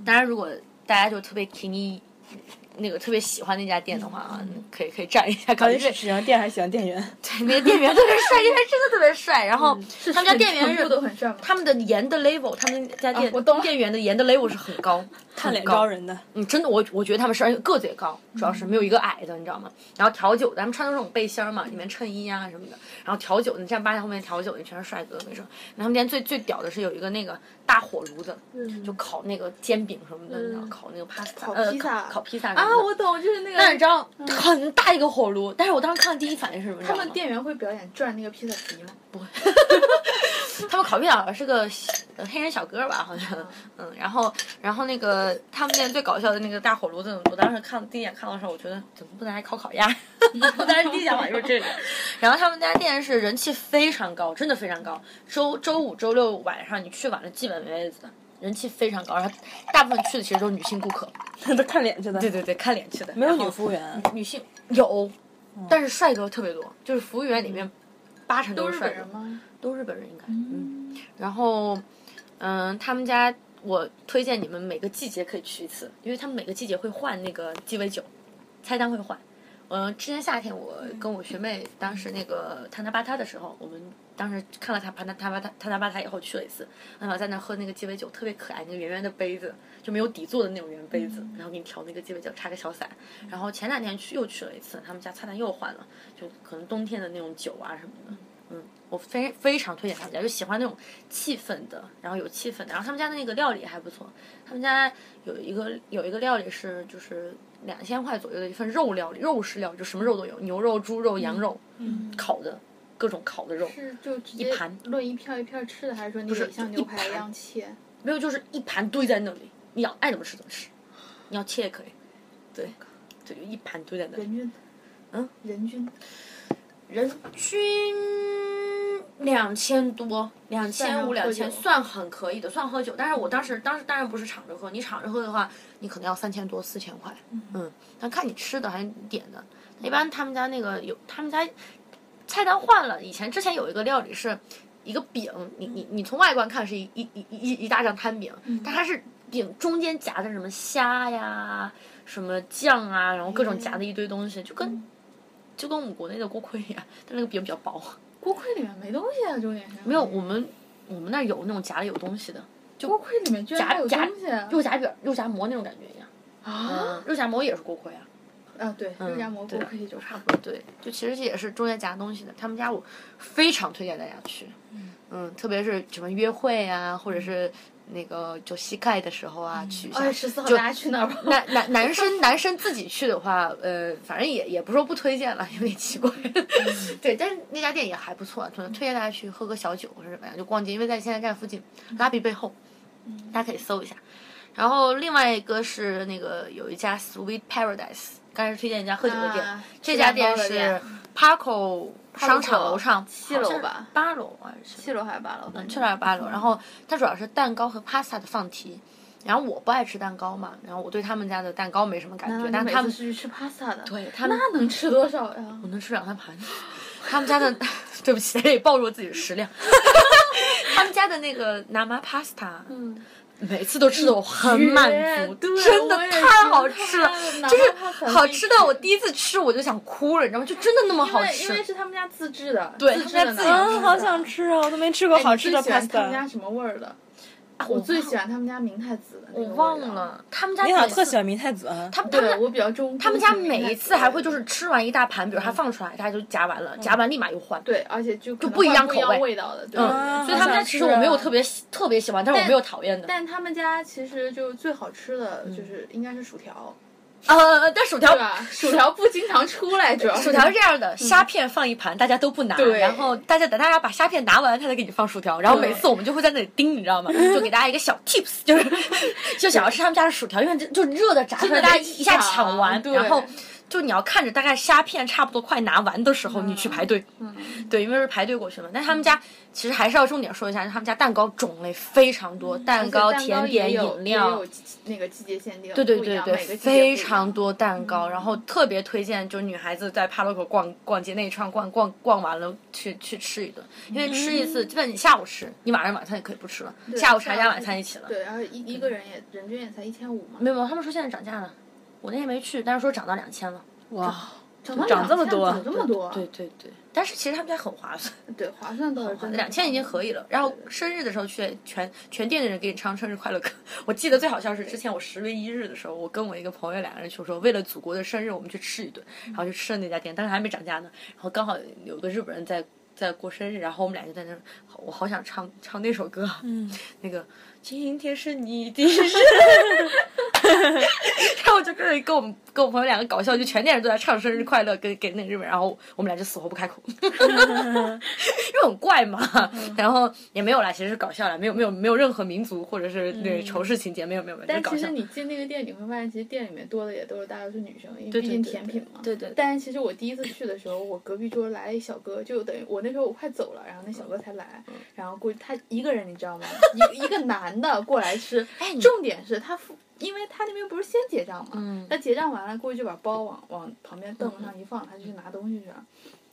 S3: 当然，如果大家就特别挺你那个特别喜欢那家店的话啊，可以可以站一下，搞
S2: 到
S3: 一
S2: 底
S3: 这
S2: 是喜欢店还是喜欢店员？
S3: 那个店员特别帅，因为真的特别帅。然后他们家店 [laughs] 员
S4: 全部都
S3: 是
S4: 很帅吗？
S3: 他们的盐的 level，他们家店、
S4: 啊我懂了
S3: 店员的盐的 level 是很
S4: [laughs]
S3: 高，
S2: 看脸
S3: 很高
S2: 招。人的，
S3: 嗯，真的，我我觉得他们是而且个子也高，主要是
S4: 嗯
S3: 没有一个矮的，你知道吗？然后调酒，咱们穿的那种背心儿嘛，里面衬衣啊什么的。然后调酒，你站吧台后面调酒，你全是帅哥，没事。然后他们店最最屌的是有一个那个
S4: 嗯
S3: 大火炉子，就烤那个煎饼什么的，你知道，烤那个 pasta，
S4: 烤
S3: 呃
S4: 披萨
S3: 烤烤披萨什么的。
S4: 嗯啊，
S3: 啊，我懂，就是那个。但是你知道，很大一个火炉，但是我当时看的第一反应是什么？你知
S4: 他
S3: 道吗
S4: 们店员会表演转那个披萨皮吗？
S3: 他们烤皮啊佬是个黑人小哥吧，好像，嗯，然后，然后那个他们店最搞笑的那个大火炉子，我当时看第一眼看到的时候，我觉得怎么不能还烤烤鸭？我当时第一想法就是这个。 [laughs] 然后他们家店是人气非常高，真的非常高。周周五、周六晚上你去晚了，基本没位子的，人气非常高。然后大部分去的其实都是女性顾客，
S2: 都看脸去的，
S3: 对对对，看脸去的，嗯
S2: 没有
S3: 然后
S2: 女服务员，
S3: 女性有，但是帅哥特别多，就是服务员里面八成都
S4: 都
S3: 是
S4: 日
S3: 帅
S4: 本
S3: 哥
S4: 人。吗？
S3: 都日本人应该。嗯，然后，嗯、他们家我推荐你们每个季节可以去一次，因为他们每个季节会换那个鸡尾酒，菜单会换。嗯、之前夏天我跟我学妹当时那个塔纳巴塔的时候，我们当时看了塔巴塔塔巴塔塔纳巴塔以后去了一次，然后在那喝那个鸡尾酒，特别可爱，那个圆圆的杯子就没有底座的那种圆杯子，然后给你调那个鸡尾酒，插个小伞。然后前两天去又去了一次，他们家菜单又换了，就可能冬天的那种酒啊什么的。嗯，我非非常推荐他们家，就喜欢那种气氛的，然后有气氛的，然后他们家的那个料理还不错。他们家有一个有一个料理是就是两千块左右的一份肉料理，肉食料理就什么肉都有，牛肉、猪肉、羊肉，嗯，烤的各种烤的肉，
S4: 是就直
S3: 一
S4: 接
S3: 盘
S4: 论一片一片吃的，还是说你
S3: 是
S4: 得像
S3: 一
S4: 牛排
S3: 盘
S4: 一样切？
S3: 没有就是一盘堆在那里，你想爱怎么吃怎么吃，你要切也可以，对，对，就一盘堆在那里。
S4: 人均，
S3: 嗯，
S4: 人均
S3: 人均两千多，两千五、
S4: 算上
S3: 两
S4: 喝
S3: 千
S4: 酒
S3: 算很可以的，算喝酒。但是我当时当时当然不是敞着喝，你敞着喝的话，你可能要三千多、四千块。嗯，但看你吃的还是点的。一般他们家那个有，他们家菜单换了。以前之前有一个料理是一个饼，你你你从外观看是一一一一一大张摊饼，
S4: 嗯
S3: 但它是饼中间夹着什么虾呀、什么酱啊，然后各
S4: 哎
S3: 种夹的一堆东西，就跟
S4: 嗯
S3: 就跟我们国内的锅盔一样，但那个饼比较薄。
S4: 锅盔里面没东西啊，重点是
S3: 没有，我们我们那儿有那种夹的有东西的，
S4: 锅盔里面居然
S3: 夹
S4: 还有
S3: 夹
S4: 东西啊！
S3: 肉夹饼、肉夹馍那种感觉一样。嗯，肉夹馍也是锅盔啊。
S4: 啊，对，肉夹馍
S3: 嗯对
S4: 锅盔就差
S3: 差
S4: 不
S3: 不多对，就其实也是中间夹东西的。他们家我非常推荐大家去，嗯，特别是什么约会啊，或者是那个就膝盖的时候啊，去一
S4: 多。
S3: 下。
S4: 二十四号
S3: 就
S4: 大家去那
S3: [laughs]
S4: 儿吧。
S3: 男男男生男生自己去的话，呃，反正也也不是说不推荐了，有 [laughs] 点奇怪。对，但是那家店也还不错，推推荐大家去喝个小酒或者怎么样，就逛街，因为在现在站附近，拉比背后，大家可以搜一下。然后另外一个是那个有一家 Sweet Paradise，刚才推荐一家喝酒的店，
S4: 啊
S3: 这家店
S4: 吃蛋
S3: 是
S4: 糕
S3: Paco 商场楼上
S4: 七楼
S3: 好
S4: 吧
S3: 像是八楼还是
S4: 七楼还是八楼？嗯
S3: 去了八楼，然后它主要是蛋糕和 pasta 的放题。然后我不爱吃蛋糕嘛，然后我对他们家的蛋糕没什么感觉，但
S4: 啊每
S3: 他
S4: 次
S3: 们
S4: 是去吃 pasta 的，
S3: 对他们
S4: 那能吃多少呀？
S3: 我能吃两三盘，他们家的 [laughs] 对不起，也暴露我自己的食量。 [laughs] 他们家的那个拿麻 pasta，
S4: 嗯，
S3: 每次都吃的我很满足，
S4: 对
S3: 真的
S4: 我也觉得
S3: 太好吃了
S4: 他们，拿
S3: 就是
S4: 麻 pasta
S3: 好吃到我第一次吃我就想哭了，你知道吗？就真的那么
S4: 因
S3: 好
S4: 为因为
S3: 吃，
S4: 是他们家自制的，
S3: 对
S4: 自制的
S3: 他们家自己
S4: 奶
S2: 嗯，
S4: 酪
S2: 好想吃啊，我都没吃过
S4: 哎
S2: 好吃的
S4: 你最喜欢他们
S2: pasta
S4: 家。什么味儿的？
S3: 啊
S4: 我最
S3: 忘
S4: 喜欢他们家明太子的那
S3: 我
S4: 个
S3: 忘
S4: 味道。
S3: 了他们家
S2: 你好像
S3: 每
S2: 特
S3: 次
S2: 喜欢明太子啊？
S3: 他们他们家
S4: 对，我比较中。
S3: 他们家每一次还会就是是吃完一大盘，比如他放出来，大家就夹完了，夹完立马又换。
S4: 嗯对，啊而且就可能
S3: 不一样
S4: 换
S3: 口味
S4: 味道的，对。
S2: 嗯
S3: 所以他们家其实我没有特别喜特别喜欢，但是我没有讨厌的。
S4: 但他们家其实就最好吃
S3: 嗯
S4: 的就是应该是薯条，
S3: 呃，但啊薯条
S4: 对吧？薯条不经常出来，主要是嗯
S3: 薯条是这样的，虾片放一盘，大家都不拿，
S4: 对
S3: 然后大家等大家把虾片拿完，他才给你放薯条。然后每次我们就会在那里盯，你知道吗？就给大家一个小 tips，就是就想要吃他们家的薯条，因为这就热的炸出来，
S4: 真的
S3: 大家
S4: 得
S3: 一下抢完，
S4: 抢对
S3: 然后。就你要看着大概虾片差不多快拿完的时候，你去排队，
S4: 嗯
S3: 对，因为是排队过去嘛。但他们家其实还是要重点说一下，他们家蛋糕种类非常多，蛋糕、
S4: 嗯而且蛋
S3: 甜
S4: 糕
S3: 点、
S4: 也有
S3: 饮
S4: 也
S3: 料
S4: 有，季那个季节限定，
S3: 对对
S4: 不一
S3: 对
S4: 样
S3: 对，
S4: 每个季节不一
S3: 非
S4: 样嗯
S3: 常多蛋糕，然后特别推荐，就是女孩子在 p a l o c o 逛逛街那一串逛逛逛完了去去吃一顿，
S4: 嗯
S3: 因为吃一次，基本你下午吃，你晚上晚餐也可以不吃了，下午茶加晚餐一起了。
S4: 对，然后一一个人也人均也才一千五嘛，
S3: 没有，没有，他们说现在涨价了，我那天没去，但是说涨到两千了。
S2: 哇，
S4: 涨到
S2: 涨这么
S4: 2000
S2: 多
S4: 涨这么多，啊
S3: 对对对，但是其实他们家很划算，
S4: 对，划算倒是真
S3: 哦
S4: 的，
S3: 两千已经可以了。然后生日的时候去，全全店的人给你唱生日快乐歌。 [laughs] 我记得最好笑是之前我十月一日的时候，我跟我一个朋友两个人去，我说为了祖国的生日，我们去吃一顿，然后就吃了那家店，当时还没涨价呢。然后刚好有个日本人啊在在过生日，然后我们俩就在那儿，好我好想唱唱那首歌，嗯，那个今天是 [laughs] 你的生日，然后我就跟跟我们跟我朋友两个搞笑，就全店人都在唱生日快乐，给给那个日本人，然后我们俩就死活不开口， [laughs] 因为很怪嘛。
S4: 嗯
S3: 然后也没有啦，其实是搞笑啦，没有没有没有任何民族或者是那个仇视情节，没有没有没有，就
S4: 但
S3: 是搞
S4: 其
S3: 笑
S4: 实。你进那个店，你会发现，其实店里面多的也都是大多数女生，因
S3: 对对
S4: 为毕竟
S3: 对
S4: 甜品嘛。
S3: 对对对
S4: 但是其实我第一次去的时候，我隔壁桌来了一小哥，就等于我那时候我快走了，然后那小
S3: 嗯
S4: 哥才来，然后过去他一个人，你知道吗？一一个男的过
S3: [laughs]
S4: 来吃，
S3: 哎你
S4: 重点是他付，因为他那边不是先结账嘛，
S3: 嗯
S4: 他结账完了，过去就把包往往旁边凳子上一放，他就去拿东西去了，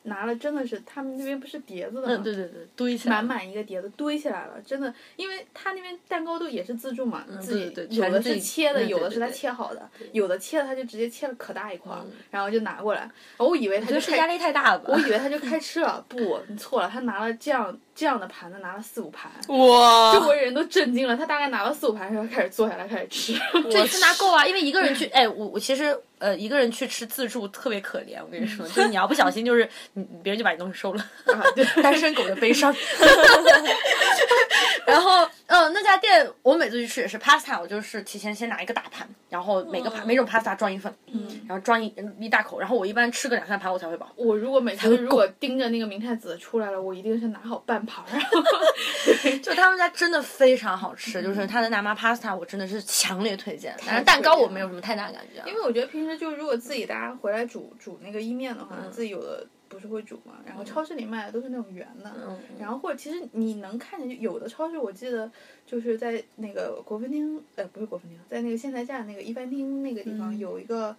S4: 拿了真的是他们那边不是碟子的吗？
S3: 嗯，对对对，堆起来
S4: 满满一个碟子堆起来了，真的，因为他那边蛋糕都也是自助嘛，自己
S3: 嗯对对对
S4: 有
S3: 全
S4: 的
S3: 自己
S4: 是切的，
S3: 嗯
S4: 有的
S3: 对
S4: 是
S3: 对
S4: 他
S3: 对
S4: 切好的，有的切的他就直接切了可大一块儿
S3: 嗯，
S4: 然后就拿过来，
S3: [laughs]
S4: 然后我以为
S3: 我
S4: 他
S3: 觉
S4: 就
S3: 得是压
S4: 开，
S3: 力太 [laughs] 大了吧
S4: 我。以为他就开吃了，不，你错了，他拿了这样这样的盘子，拿了四五盘。周
S3: 哇，
S4: 围人都震惊了，他大概拿了四五盘，然后开始坐下来开始吃。
S3: 这次拿够啊！因为一个人去，哎，我我其实呃一个人去吃自助特别可怜，我跟你说，就是你要不小心，就是你别人就把你东西收了。
S4: 啊，对，
S3: 单身狗的悲伤。 [laughs] 然后，嗯、那家店我每次去吃也是 pasta，我就是提前先拿一个大盘，然后每个盘、每种 pasta 装一份，哦嗯，哦然后装一一大口，然后我一般吃个两三盘我才会饱。
S4: [laughs] 我如果每次如果盯着那个明太子出来了，我一定是拿好半盘儿。
S3: 就他们家真的非常好吃，就是他的拿妈 pasta 我真的是强烈推荐，但是蛋糕我没有什么太大感觉啊，
S4: 因为我觉得平时就如果自己大家回来煮煮那个意面的话，
S3: 嗯
S4: 自己有的不是会煮嘛，然后超市里卖的都是那种圆的，
S3: 嗯
S4: 然后或者其实你能看见，就有的超市我记得就是在那个国分厅，呃，不是国分厅，在那个现代站那个一番厅那个地
S3: 嗯
S4: 方有一个。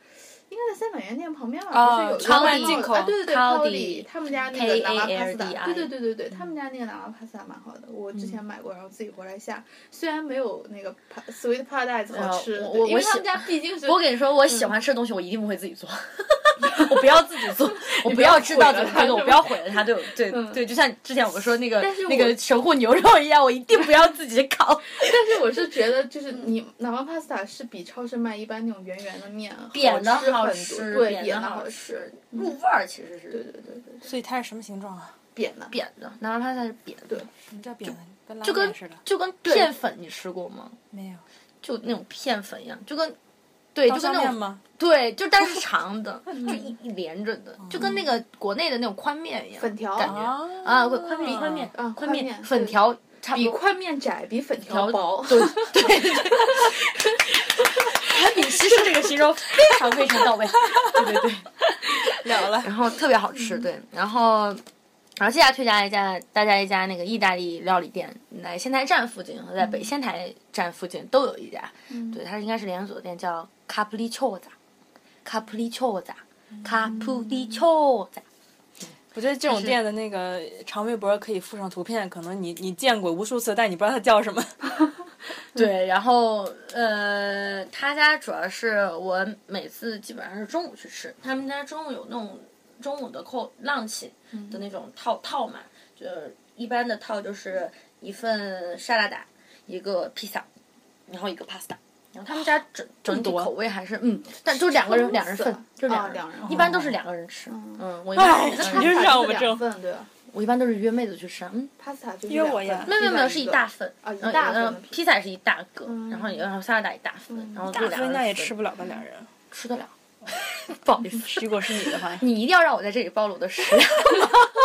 S4: 应该在三百元店旁边吧，
S9: 哦
S4: 不是有一个
S3: 超
S4: 卖
S3: 级
S4: 帽
S3: 进
S4: 子
S3: 口
S4: 啊？对对对
S3: Caldi，
S4: ，Caldi，他们家那个拿瓦
S3: K A
S4: pasta，
S3: L D I 嗯
S4: 对对对对对，他们家那个拿瓦 pasta 蛮好的，我之前买过，然后自己回来下，虽然没有那个 pa- Sweet Paradise 好吃，
S3: 呃我
S4: 对
S3: 我
S4: 因
S3: 我
S4: 为他们
S3: 喜
S4: 家毕竟是
S3: 我跟你说，我喜欢吃的东西，我一定不会自己做。我不要自己做，我不要知道怎么做的，我不要毁了它。对对对，就像之前我说那个
S4: 但是我
S3: 那个神户牛肉一样，我一定不要自己烤。
S4: 但是我是觉得，就是你哪怕 pasta 是比超市卖一般那种圆圆的面
S3: 扁的
S4: 好
S3: 好
S4: 吃很
S3: 吃，
S4: 多，对，
S3: 扁的
S4: 扁的
S3: 好
S4: 吃，，
S3: 入味儿其实
S4: 对
S3: 是
S4: 对对对对，
S9: 所以它是什么形状啊？
S4: 扁的，
S3: 扁的，南蛮 pasta 是扁的，
S9: 什么叫扁的？跟拉
S3: 就跟
S9: 面似的？
S3: 就跟片粉，你吃过吗？
S9: 没有。
S3: 就那种片粉一样，就跟对，就
S9: 刀削
S3: 跟那
S9: 面
S3: 种
S9: 吗？
S3: 对，就但是长的，就一一连着的，就跟那个国内的那种宽面一样，
S4: 粉条
S3: 感觉
S9: 啊
S2: 哦
S3: 啊，宽面宽面
S4: 啊
S3: 宽
S4: 宽面
S3: 粉
S4: 对
S3: 条差不
S4: 比
S3: 多。
S4: 宽面窄，比粉条
S3: 条
S4: 薄。
S3: 对对对，产品牺牲这个形容非常非常
S2: [laughs]
S3: 到位，对对对，
S9: 了了。
S3: 然后特别好吃，对，然后。然后接下来推荐一家大家一家那个意大利料理店，在仙台站附近和在北仙台站附近都有一家，对，它应该是连锁店，叫卡普里丘扎，卡普里丘扎，卡普里丘扎，
S2: 我觉得这种店的那个长微博可以附上图片，可能你你见过无数次，但你不知道它叫
S3: [laughs]
S2: 什么。
S3: 对，然后呃，他家主要是我每次基本上是中午去吃，他们家中午有那种中午的扣浪起的那种套、套嘛，就是一般的套就是一份沙拉达，一个披萨，然后一个 pasta。然后他们家整整体
S2: 多
S3: 口味还是嗯，但就两个人两人份，嗯就两
S4: 啊
S3: 人，
S4: 两人
S3: 一般都是两个人吃。
S4: 嗯
S3: 嗯，我一般
S2: 哎
S3: 嗯
S2: 你就是让我们
S4: 两份对吧
S3: 我一般都是约妹子去吃，嗯，
S4: ，pasta 就是
S2: 因为我
S4: 两份
S2: 也
S3: 没有没有没有是一大。份
S4: 啊一
S3: 嗯
S4: 大份
S3: 嗯
S4: 的
S3: 披
S4: 披萨
S3: 萨也是一大个，
S4: 嗯
S3: 然后也然后沙拉达一大份，
S4: 嗯
S3: 然后就
S2: 大
S3: 两个
S2: 分
S3: 人
S2: 那也
S3: 分
S2: 吃不了吧，两人。
S3: 吃得了。 [laughs] 不好意思，
S2: 如果是你的话，
S3: 你一定要让我在这里暴露我的食量。 [laughs]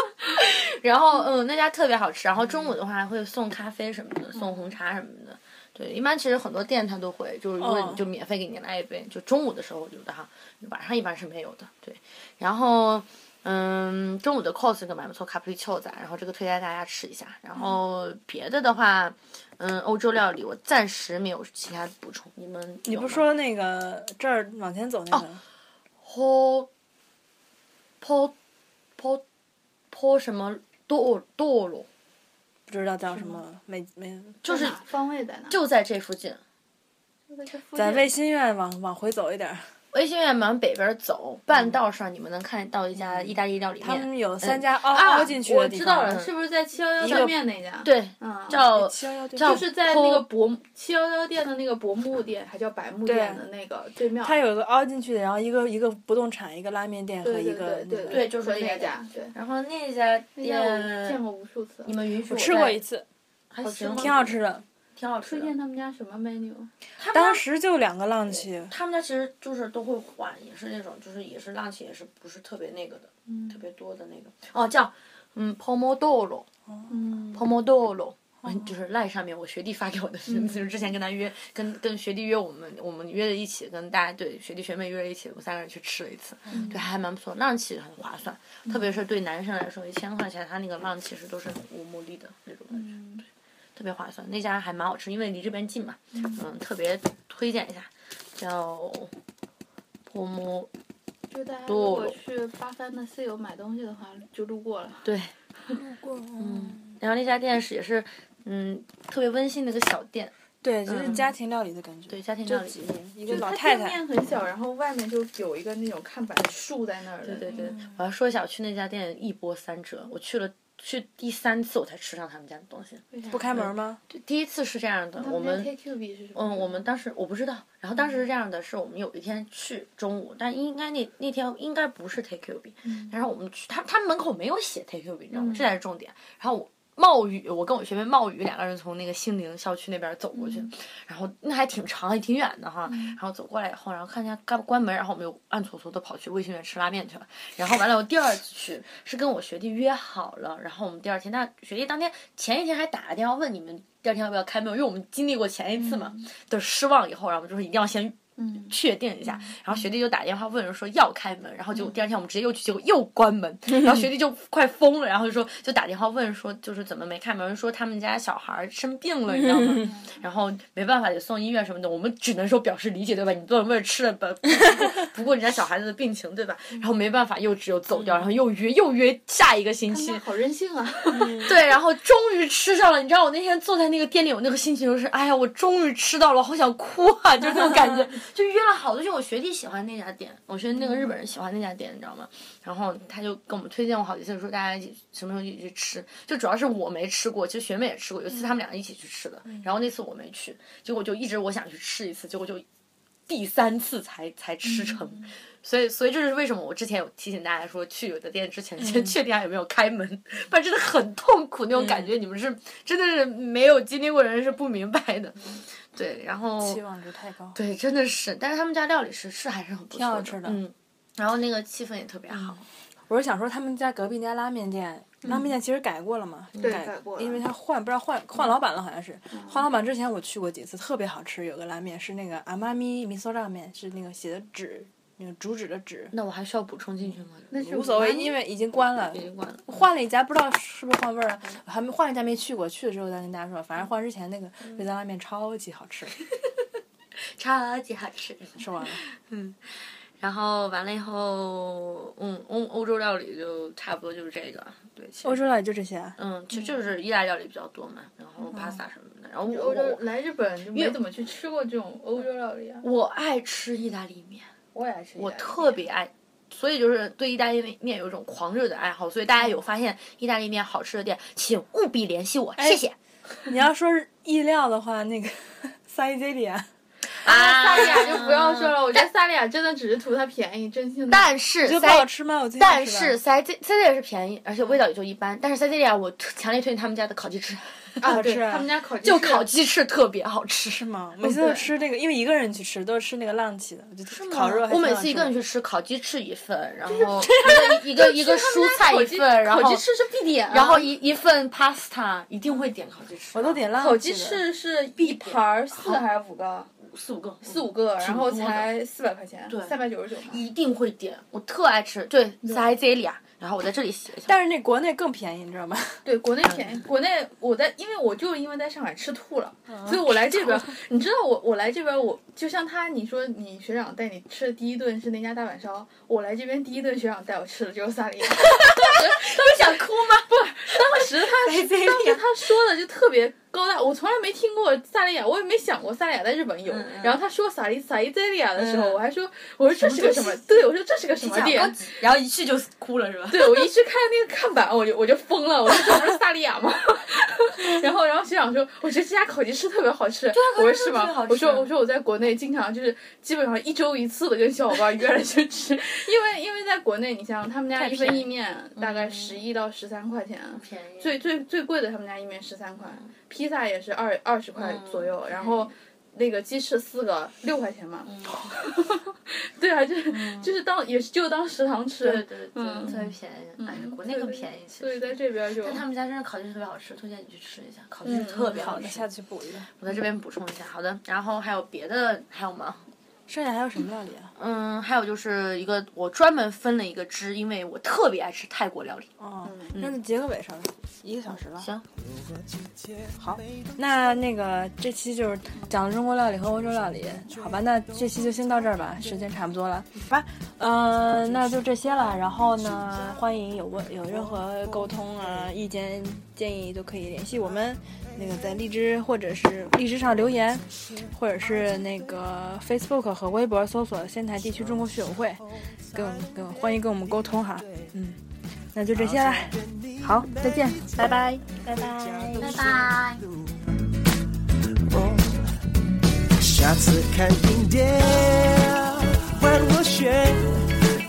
S3: 然后，嗯，那家特别好吃。然后中午的话还会送咖啡什么的，送红茶什么的。对，一般其实很多店它都会，就是如果
S2: 哦
S3: 你就免费给你来一杯，就中午的时候有的哈，晚上一般是没有的。对，然后。嗯，中午的 cos 个蛮不错，卡普里丘仔，然后这个推荐大家吃一下。然后别的的话，嗯，欧洲料理我暂时没有其他补充。你们
S2: 你
S3: 有
S2: 不
S3: 吗哦
S2: 说那个这儿往前走那个？
S3: 坡坡坡坡什么堕堕落，
S2: 不知道叫什么，没没，
S3: 就是
S4: 在哪方位在哪？
S3: 就在这附近。
S4: 就在这附近
S2: 咱为心愿往往回走一点儿。
S3: 微信院往北边走，半道上你们能看到一家意大利料理
S2: 他们
S3: 店，
S2: 有三家凹
S4: 啊，
S2: 凹进去的
S4: 我
S2: 地
S4: 知
S2: 方。
S4: 道了，是不是在七幺幺
S2: 一个
S4: 对面那家？，
S3: 对，
S4: 嗯，
S3: 叫
S2: 711对
S3: 叫
S4: 就是在那个
S3: 坡
S4: 薄七幺幺店的那个薄木店，还叫百木店的那个对面。
S2: 它有个凹进去的，然后一个一个不动产，一个拉面店和
S4: 对
S2: 一
S4: 对
S2: 个
S4: 对
S2: 那
S4: 对
S2: 个
S3: 对就是那
S4: 那
S3: 家
S4: 家，对。
S3: 然后那家
S4: 那家我见
S3: 店
S4: 过无数次，
S3: 你们允许
S2: 吃过一
S3: 次，
S2: 次，
S3: 还行，
S2: 挺好吃的。
S10: 挺好吃
S4: 推
S10: 的。
S4: 荐他们家什么 menu？
S10: 他们
S9: 当
S10: 家
S9: 时就两个浪起，
S3: 他们家其实就是都会换，也是那种就是也是浪起，也是不是特别那个的，特别多的那个哦，叫嗯 pomodoro
S4: 嗯，
S3: pomodoro。就是嗯赖上面，我学弟发给我的，就是之前跟他约，跟跟学弟约我们，我们约了一起，跟大家对学弟学妹约了一起，我们三个人去吃了一次，
S4: 嗯
S3: 对，还蛮不错，浪起很划算，特别是对男生来说，一千块钱，他那个浪其实都是无目的的那种感觉，
S4: 嗯
S3: 对，特别划算，那家还蛮好吃，因为离这边近嘛，嗯，特别推荐一下，叫 pomo，
S4: 就大家如果
S3: 多
S4: 去八番的 C 友买东西的话，就路过了。
S3: 对，
S9: 嗯，
S3: 然后那家店是也是，嗯，特别温馨的一个小店，
S9: 对，就是
S3: 嗯
S9: 家庭料理的感觉，
S3: 对，家庭料
S9: 就
S3: 理，
S9: 几个人，一
S4: 就
S9: 个
S4: 是
S9: 老
S4: 它
S9: 太
S4: 店
S9: 太，
S4: 面很小，然后外面就有一个那种看板竖在那儿
S3: 对
S4: 的。
S3: 对对，我要说一下，我去那家店一波三折，我去了。去第三次我才吃上他们家的东西。
S4: 对，
S9: 不开门吗？
S3: 对，第一次是这样的，
S4: 他
S3: 我
S4: 家
S3: 们
S4: KQB 是什么？
S3: 嗯，我们当时我不知道，然后当时是这样的，是我们有一天去中午，但应该那那天应该不是 Take Q B，、然
S4: 嗯
S3: 后我们去他他们门口没有写 Take Q B，你知道吗？这才是重点。然后我冒雨，我跟我学妹冒雨两个人从那个兴宁校区那边走过去，然后那还挺长，也挺远的哈。然后走过来以后，然后看见关关门，然后我们又暗搓搓的跑去卫sinh院吃拉面去了。然后完了，我第二次去是跟我学弟约好了，然后我们第二天，但学弟当天前一天还打个电话问你们第二天要不要开门，因为我们经历过前一次嘛的失望以后，然后我们就是一定要先
S4: 嗯，嗯
S3: 确定一下。然后学弟就打电话问人说要开门，然后就第二天我们直接又去，结果又关
S4: [laughs]
S3: 门，然后学弟就快疯了，然后就说就打电话问说就是怎么没开门，说他们家小孩儿生病了，你知道吗？
S4: 嗯
S3: [laughs] 然后没办法得送医院什么的，我们只能说表示理解，对吧？你 [laughs] 不能为了吃了不不顾人家小孩子的病情，对吧？然后没办法又只有走掉，然后又约又约下一个星
S4: 嗯他们
S3: 期
S4: 家，好任性
S3: [laughs]
S4: 啊！
S3: 对，然后终于吃上了。你知道我那天坐在那个店里，我那个心情就是，哎呀，我终于吃到了，好想哭啊，就是那种感觉。就约了好多，就我学弟喜欢那家店，我学那个日本人喜欢那家店，你知道吗？然后他就跟我们推荐过好几次，说大家一起什么时候一起去吃。就主要是我没吃过，其实学妹也吃过，有一
S9: 嗯
S3: 次他们俩一起去吃的，然后那次我没去，结果就一直我想去吃一次，结果就第三次才才
S9: 嗯
S3: 吃成。所以，所以这是为什么我之前有提醒大家说，去有的店之前
S9: 嗯
S3: 先确定它有没有开门，不然真的很痛苦那种
S9: 嗯
S3: 感觉。你们是真的是没有经历过的人是不明白的， [laughs] 对。然后
S9: 期嗯望值太高。
S3: 对，真的是，但是他们家料理是是还是很不错
S9: 挺好吃的嗯
S3: 嗯。然后那个气氛也特别好，
S9: 我是想说，他们家隔壁那家拉面店，拉面店其实改过了嘛，
S4: 嗯对改过了嗯
S9: 因为他换不知道换换老板了，好像是换老板之前我去过几次，特别好吃。有个拉面是那个阿妈咪米索拉面，是那个写的纸，那个竹纸的
S4: 嗯
S9: 纸，
S3: 那我还需要补充进去吗？
S4: 那是
S9: 无所谓，
S4: 我妈
S9: 因为已经关了
S3: 已。经关了。
S9: 换了一家，不知道是不是换味儿啊？
S4: 嗯
S9: 我还没换了一家没去过，去了之后再跟大家说。反正换之前那个
S4: 嗯
S9: 那家拉面超级好吃，
S3: 超级好吃。
S9: 说完了。
S3: 然后完了以后，嗯，欧欧洲料理就差不多就是这个，对。其实
S9: 欧洲料理就这些啊，
S3: 嗯，其实就是意大利料理比较多嘛，然后 pasta 什么的。然后我
S4: 嗯欧洲
S3: 我
S4: 来日本就没怎么去吃过这种欧洲料理啊。
S3: 我爱吃意大利面，
S4: 我也爱吃意大利面，
S3: 我特别爱，所以就是对意大利面有一种狂热的爱好。所以大家有发现意大利面好吃的店，请务必联系我，
S4: 哎
S3: 谢谢。
S9: 你要说是意料的话，那个 [laughs] 塞吉利亚，
S3: 啊
S4: 萨莉亚就不要说了，我觉得萨莉亚真的只是图它便宜，真心的。
S3: 但是
S9: 觉得不
S3: 塞
S9: 好吃吗？我最近
S3: 但
S9: 吃
S3: 是
S9: 吧
S3: 塞塞塞利亚是便宜，而且味道也就一般。但是塞利亚我特强烈推荐他们家的烤鸡翅，
S4: 啊，
S9: 好
S4: 对，
S9: 吃啊
S4: 他们家烤鸡
S3: 就
S4: 翅
S3: 烤鸡翅特别好吃，
S9: 是吗？每次都吃那个，因为一个人去吃，都是吃那个浪起的，我觉得烤肉还挺好吃的。
S3: 我每次一个人去吃烤鸡翅一份，然后一个一个一个蔬菜一份，然后
S4: 烤鸡翅是必点啊，
S3: 然后一一份 pasta 一定会点烤鸡翅，
S9: 我都点浪起
S4: 烤
S9: 的
S4: 鸡，翅是一盘儿四还是五个？
S3: 四五个，嗯
S4: 四五个，然后
S3: 多的
S4: 才四百块钱，三百九十九嘛。
S3: 一定会点，我特爱吃，对，塞这俩，然后我在这里写一下，
S9: 但是那国内更便宜，你知
S3: [laughs]
S9: 道吗？
S4: 对，国内便宜，国内我在，因为我就因为在上海吃吐了，所以我来这边儿，你知道我我来这边儿，我就像他，你说你学长带你吃的第一顿是那家大阪烧，我来这边第一顿学长带我吃的就是萨莉亚， [laughs] 当时当时想哭吗？不，当时他
S9: 塞利亚
S4: 当时他说的就特别高大，我从来没听过萨莉亚，我也没想过萨莉亚在日本有，然后他说萨莉萨伊泽利亚的时候，
S3: 嗯
S4: 我还说我说这是个什么？对，我说这是个什么店？
S3: 然后一去就哭了是
S9: [laughs]
S3: 吧？
S4: [laughs] 对，我一去看那个看板，我就我就疯了，我说这不是萨莉亚吗？ [laughs] 然后然后学长说，我觉得这家烤鸡翅特别好吃。
S3: 啊
S4: 我说是
S3: 特别
S4: 吗
S3: 好？
S4: 我说
S3: 吃
S4: 我说我在国内经常就是基本上一周一次的跟小伙伴约了去吃，因为因为在国内你想想他们家
S3: 太
S4: 一份
S3: 便宜嗯
S4: 意面大概十一到十三块钱，
S3: 便宜，嗯
S4: 最最最贵的他们家意面十三块，披萨也是二二十块左右，然后那个鸡翅四个六块钱嘛。
S3: 嗯
S4: 对啊，就是、就是当也是就当食堂吃。
S3: 对对对，
S4: 嗯
S3: 特别便宜，哎，国内更便宜其
S4: 所以
S3: 实。
S4: 在这边就
S3: 但他们家真的烤鸡翅特别好吃，推荐你去吃一下，烤鸡翅特别好
S9: 那
S3: 吃
S9: 下。次去补一个。
S3: 我在这边补充一下，好的。然后还有别的还有吗？
S9: 剩下还有什么料理啊？
S3: 嗯，还有就是一个我专门分了一个支，因为我特别爱吃泰国料理。
S9: 哦，那就结个尾上，一个小时了。
S3: 行，
S9: 那那个这期就是讲了中国料理和欧洲料理，好吧？那这期就先到这儿吧，时间差不多了，好吧？嗯、那就这些了。然后呢，欢迎有问有任何沟通啊、意见建议都可以联系我们，那个在荔枝或者是荔枝上留言，或者是那个 Facebook 和微博搜索“仙台地区中国学友会”，跟我们跟我欢迎跟我们沟通哈。嗯，那就这些啦，好，再见，拜拜，拜拜。
S3: 拜拜。
S1: 哦，下次看影碟换我选，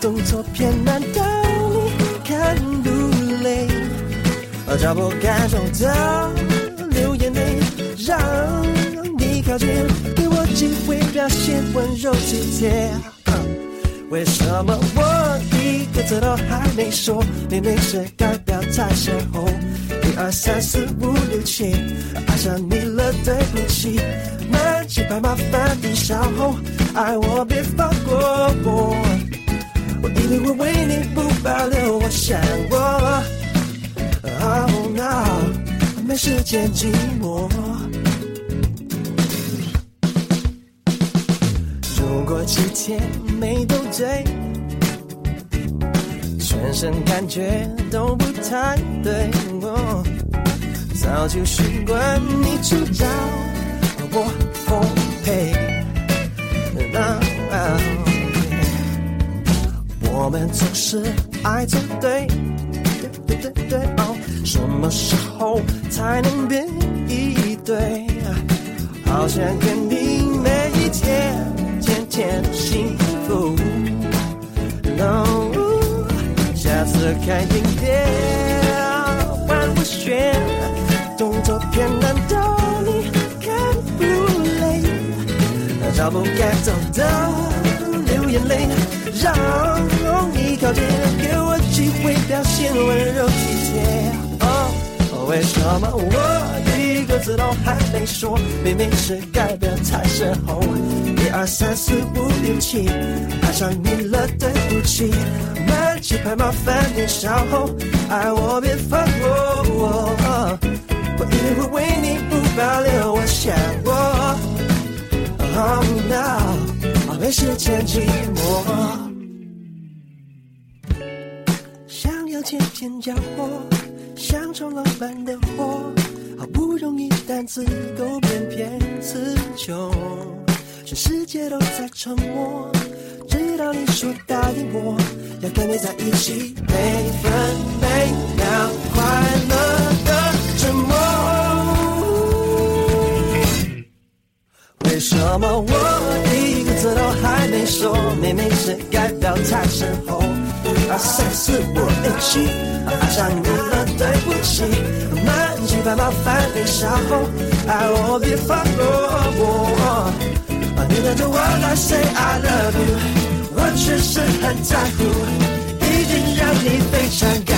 S1: 动作片难道你看不累？找不感受到流眼泪，让你靠近，给我机会表现温柔体贴。啊为什么我一个字都还没说，你那是代表在身后？一二三四五六七，爱上你了，对不起，慢几拍麻烦你稍后，爱我别放过我，我一定会为你不保留，我想我，Oh no，没时间寂寞。如果几天没斗嘴，全身感觉都不太对。哦、早就习惯你主导，我奉陪。那、啊我们总是爱作对，对对对对哦，什么时候才能变一对？好想跟你每一天天天幸福。No，下次看影片换我选，动作片难道你看不累？找不该走的流眼泪，让你靠近，给我机会表现温柔体贴。哦为什么我一个字都还没说？明明是该表态时候。一二三四五六七，爱上你了，对不起，慢几拍麻烦你稍后，爱我别放过我，我一定会为你不保留，我想我。Oh no，没时间寂寞。想要见见家伙，像中了般的火，好不容易单词够变偏词穷，全世界都在沉默，直到你说答应我，要跟你在一起，每分每秒快乐的折磨。为什么我一个字都还没说？明明是该表态时候。一二三四五六七，爱啊上你了，对不起，慢几拍麻烦你稍后，爱啊我别放过我。啊你等着我来 say I love you，我确实很在乎，已经让你非常感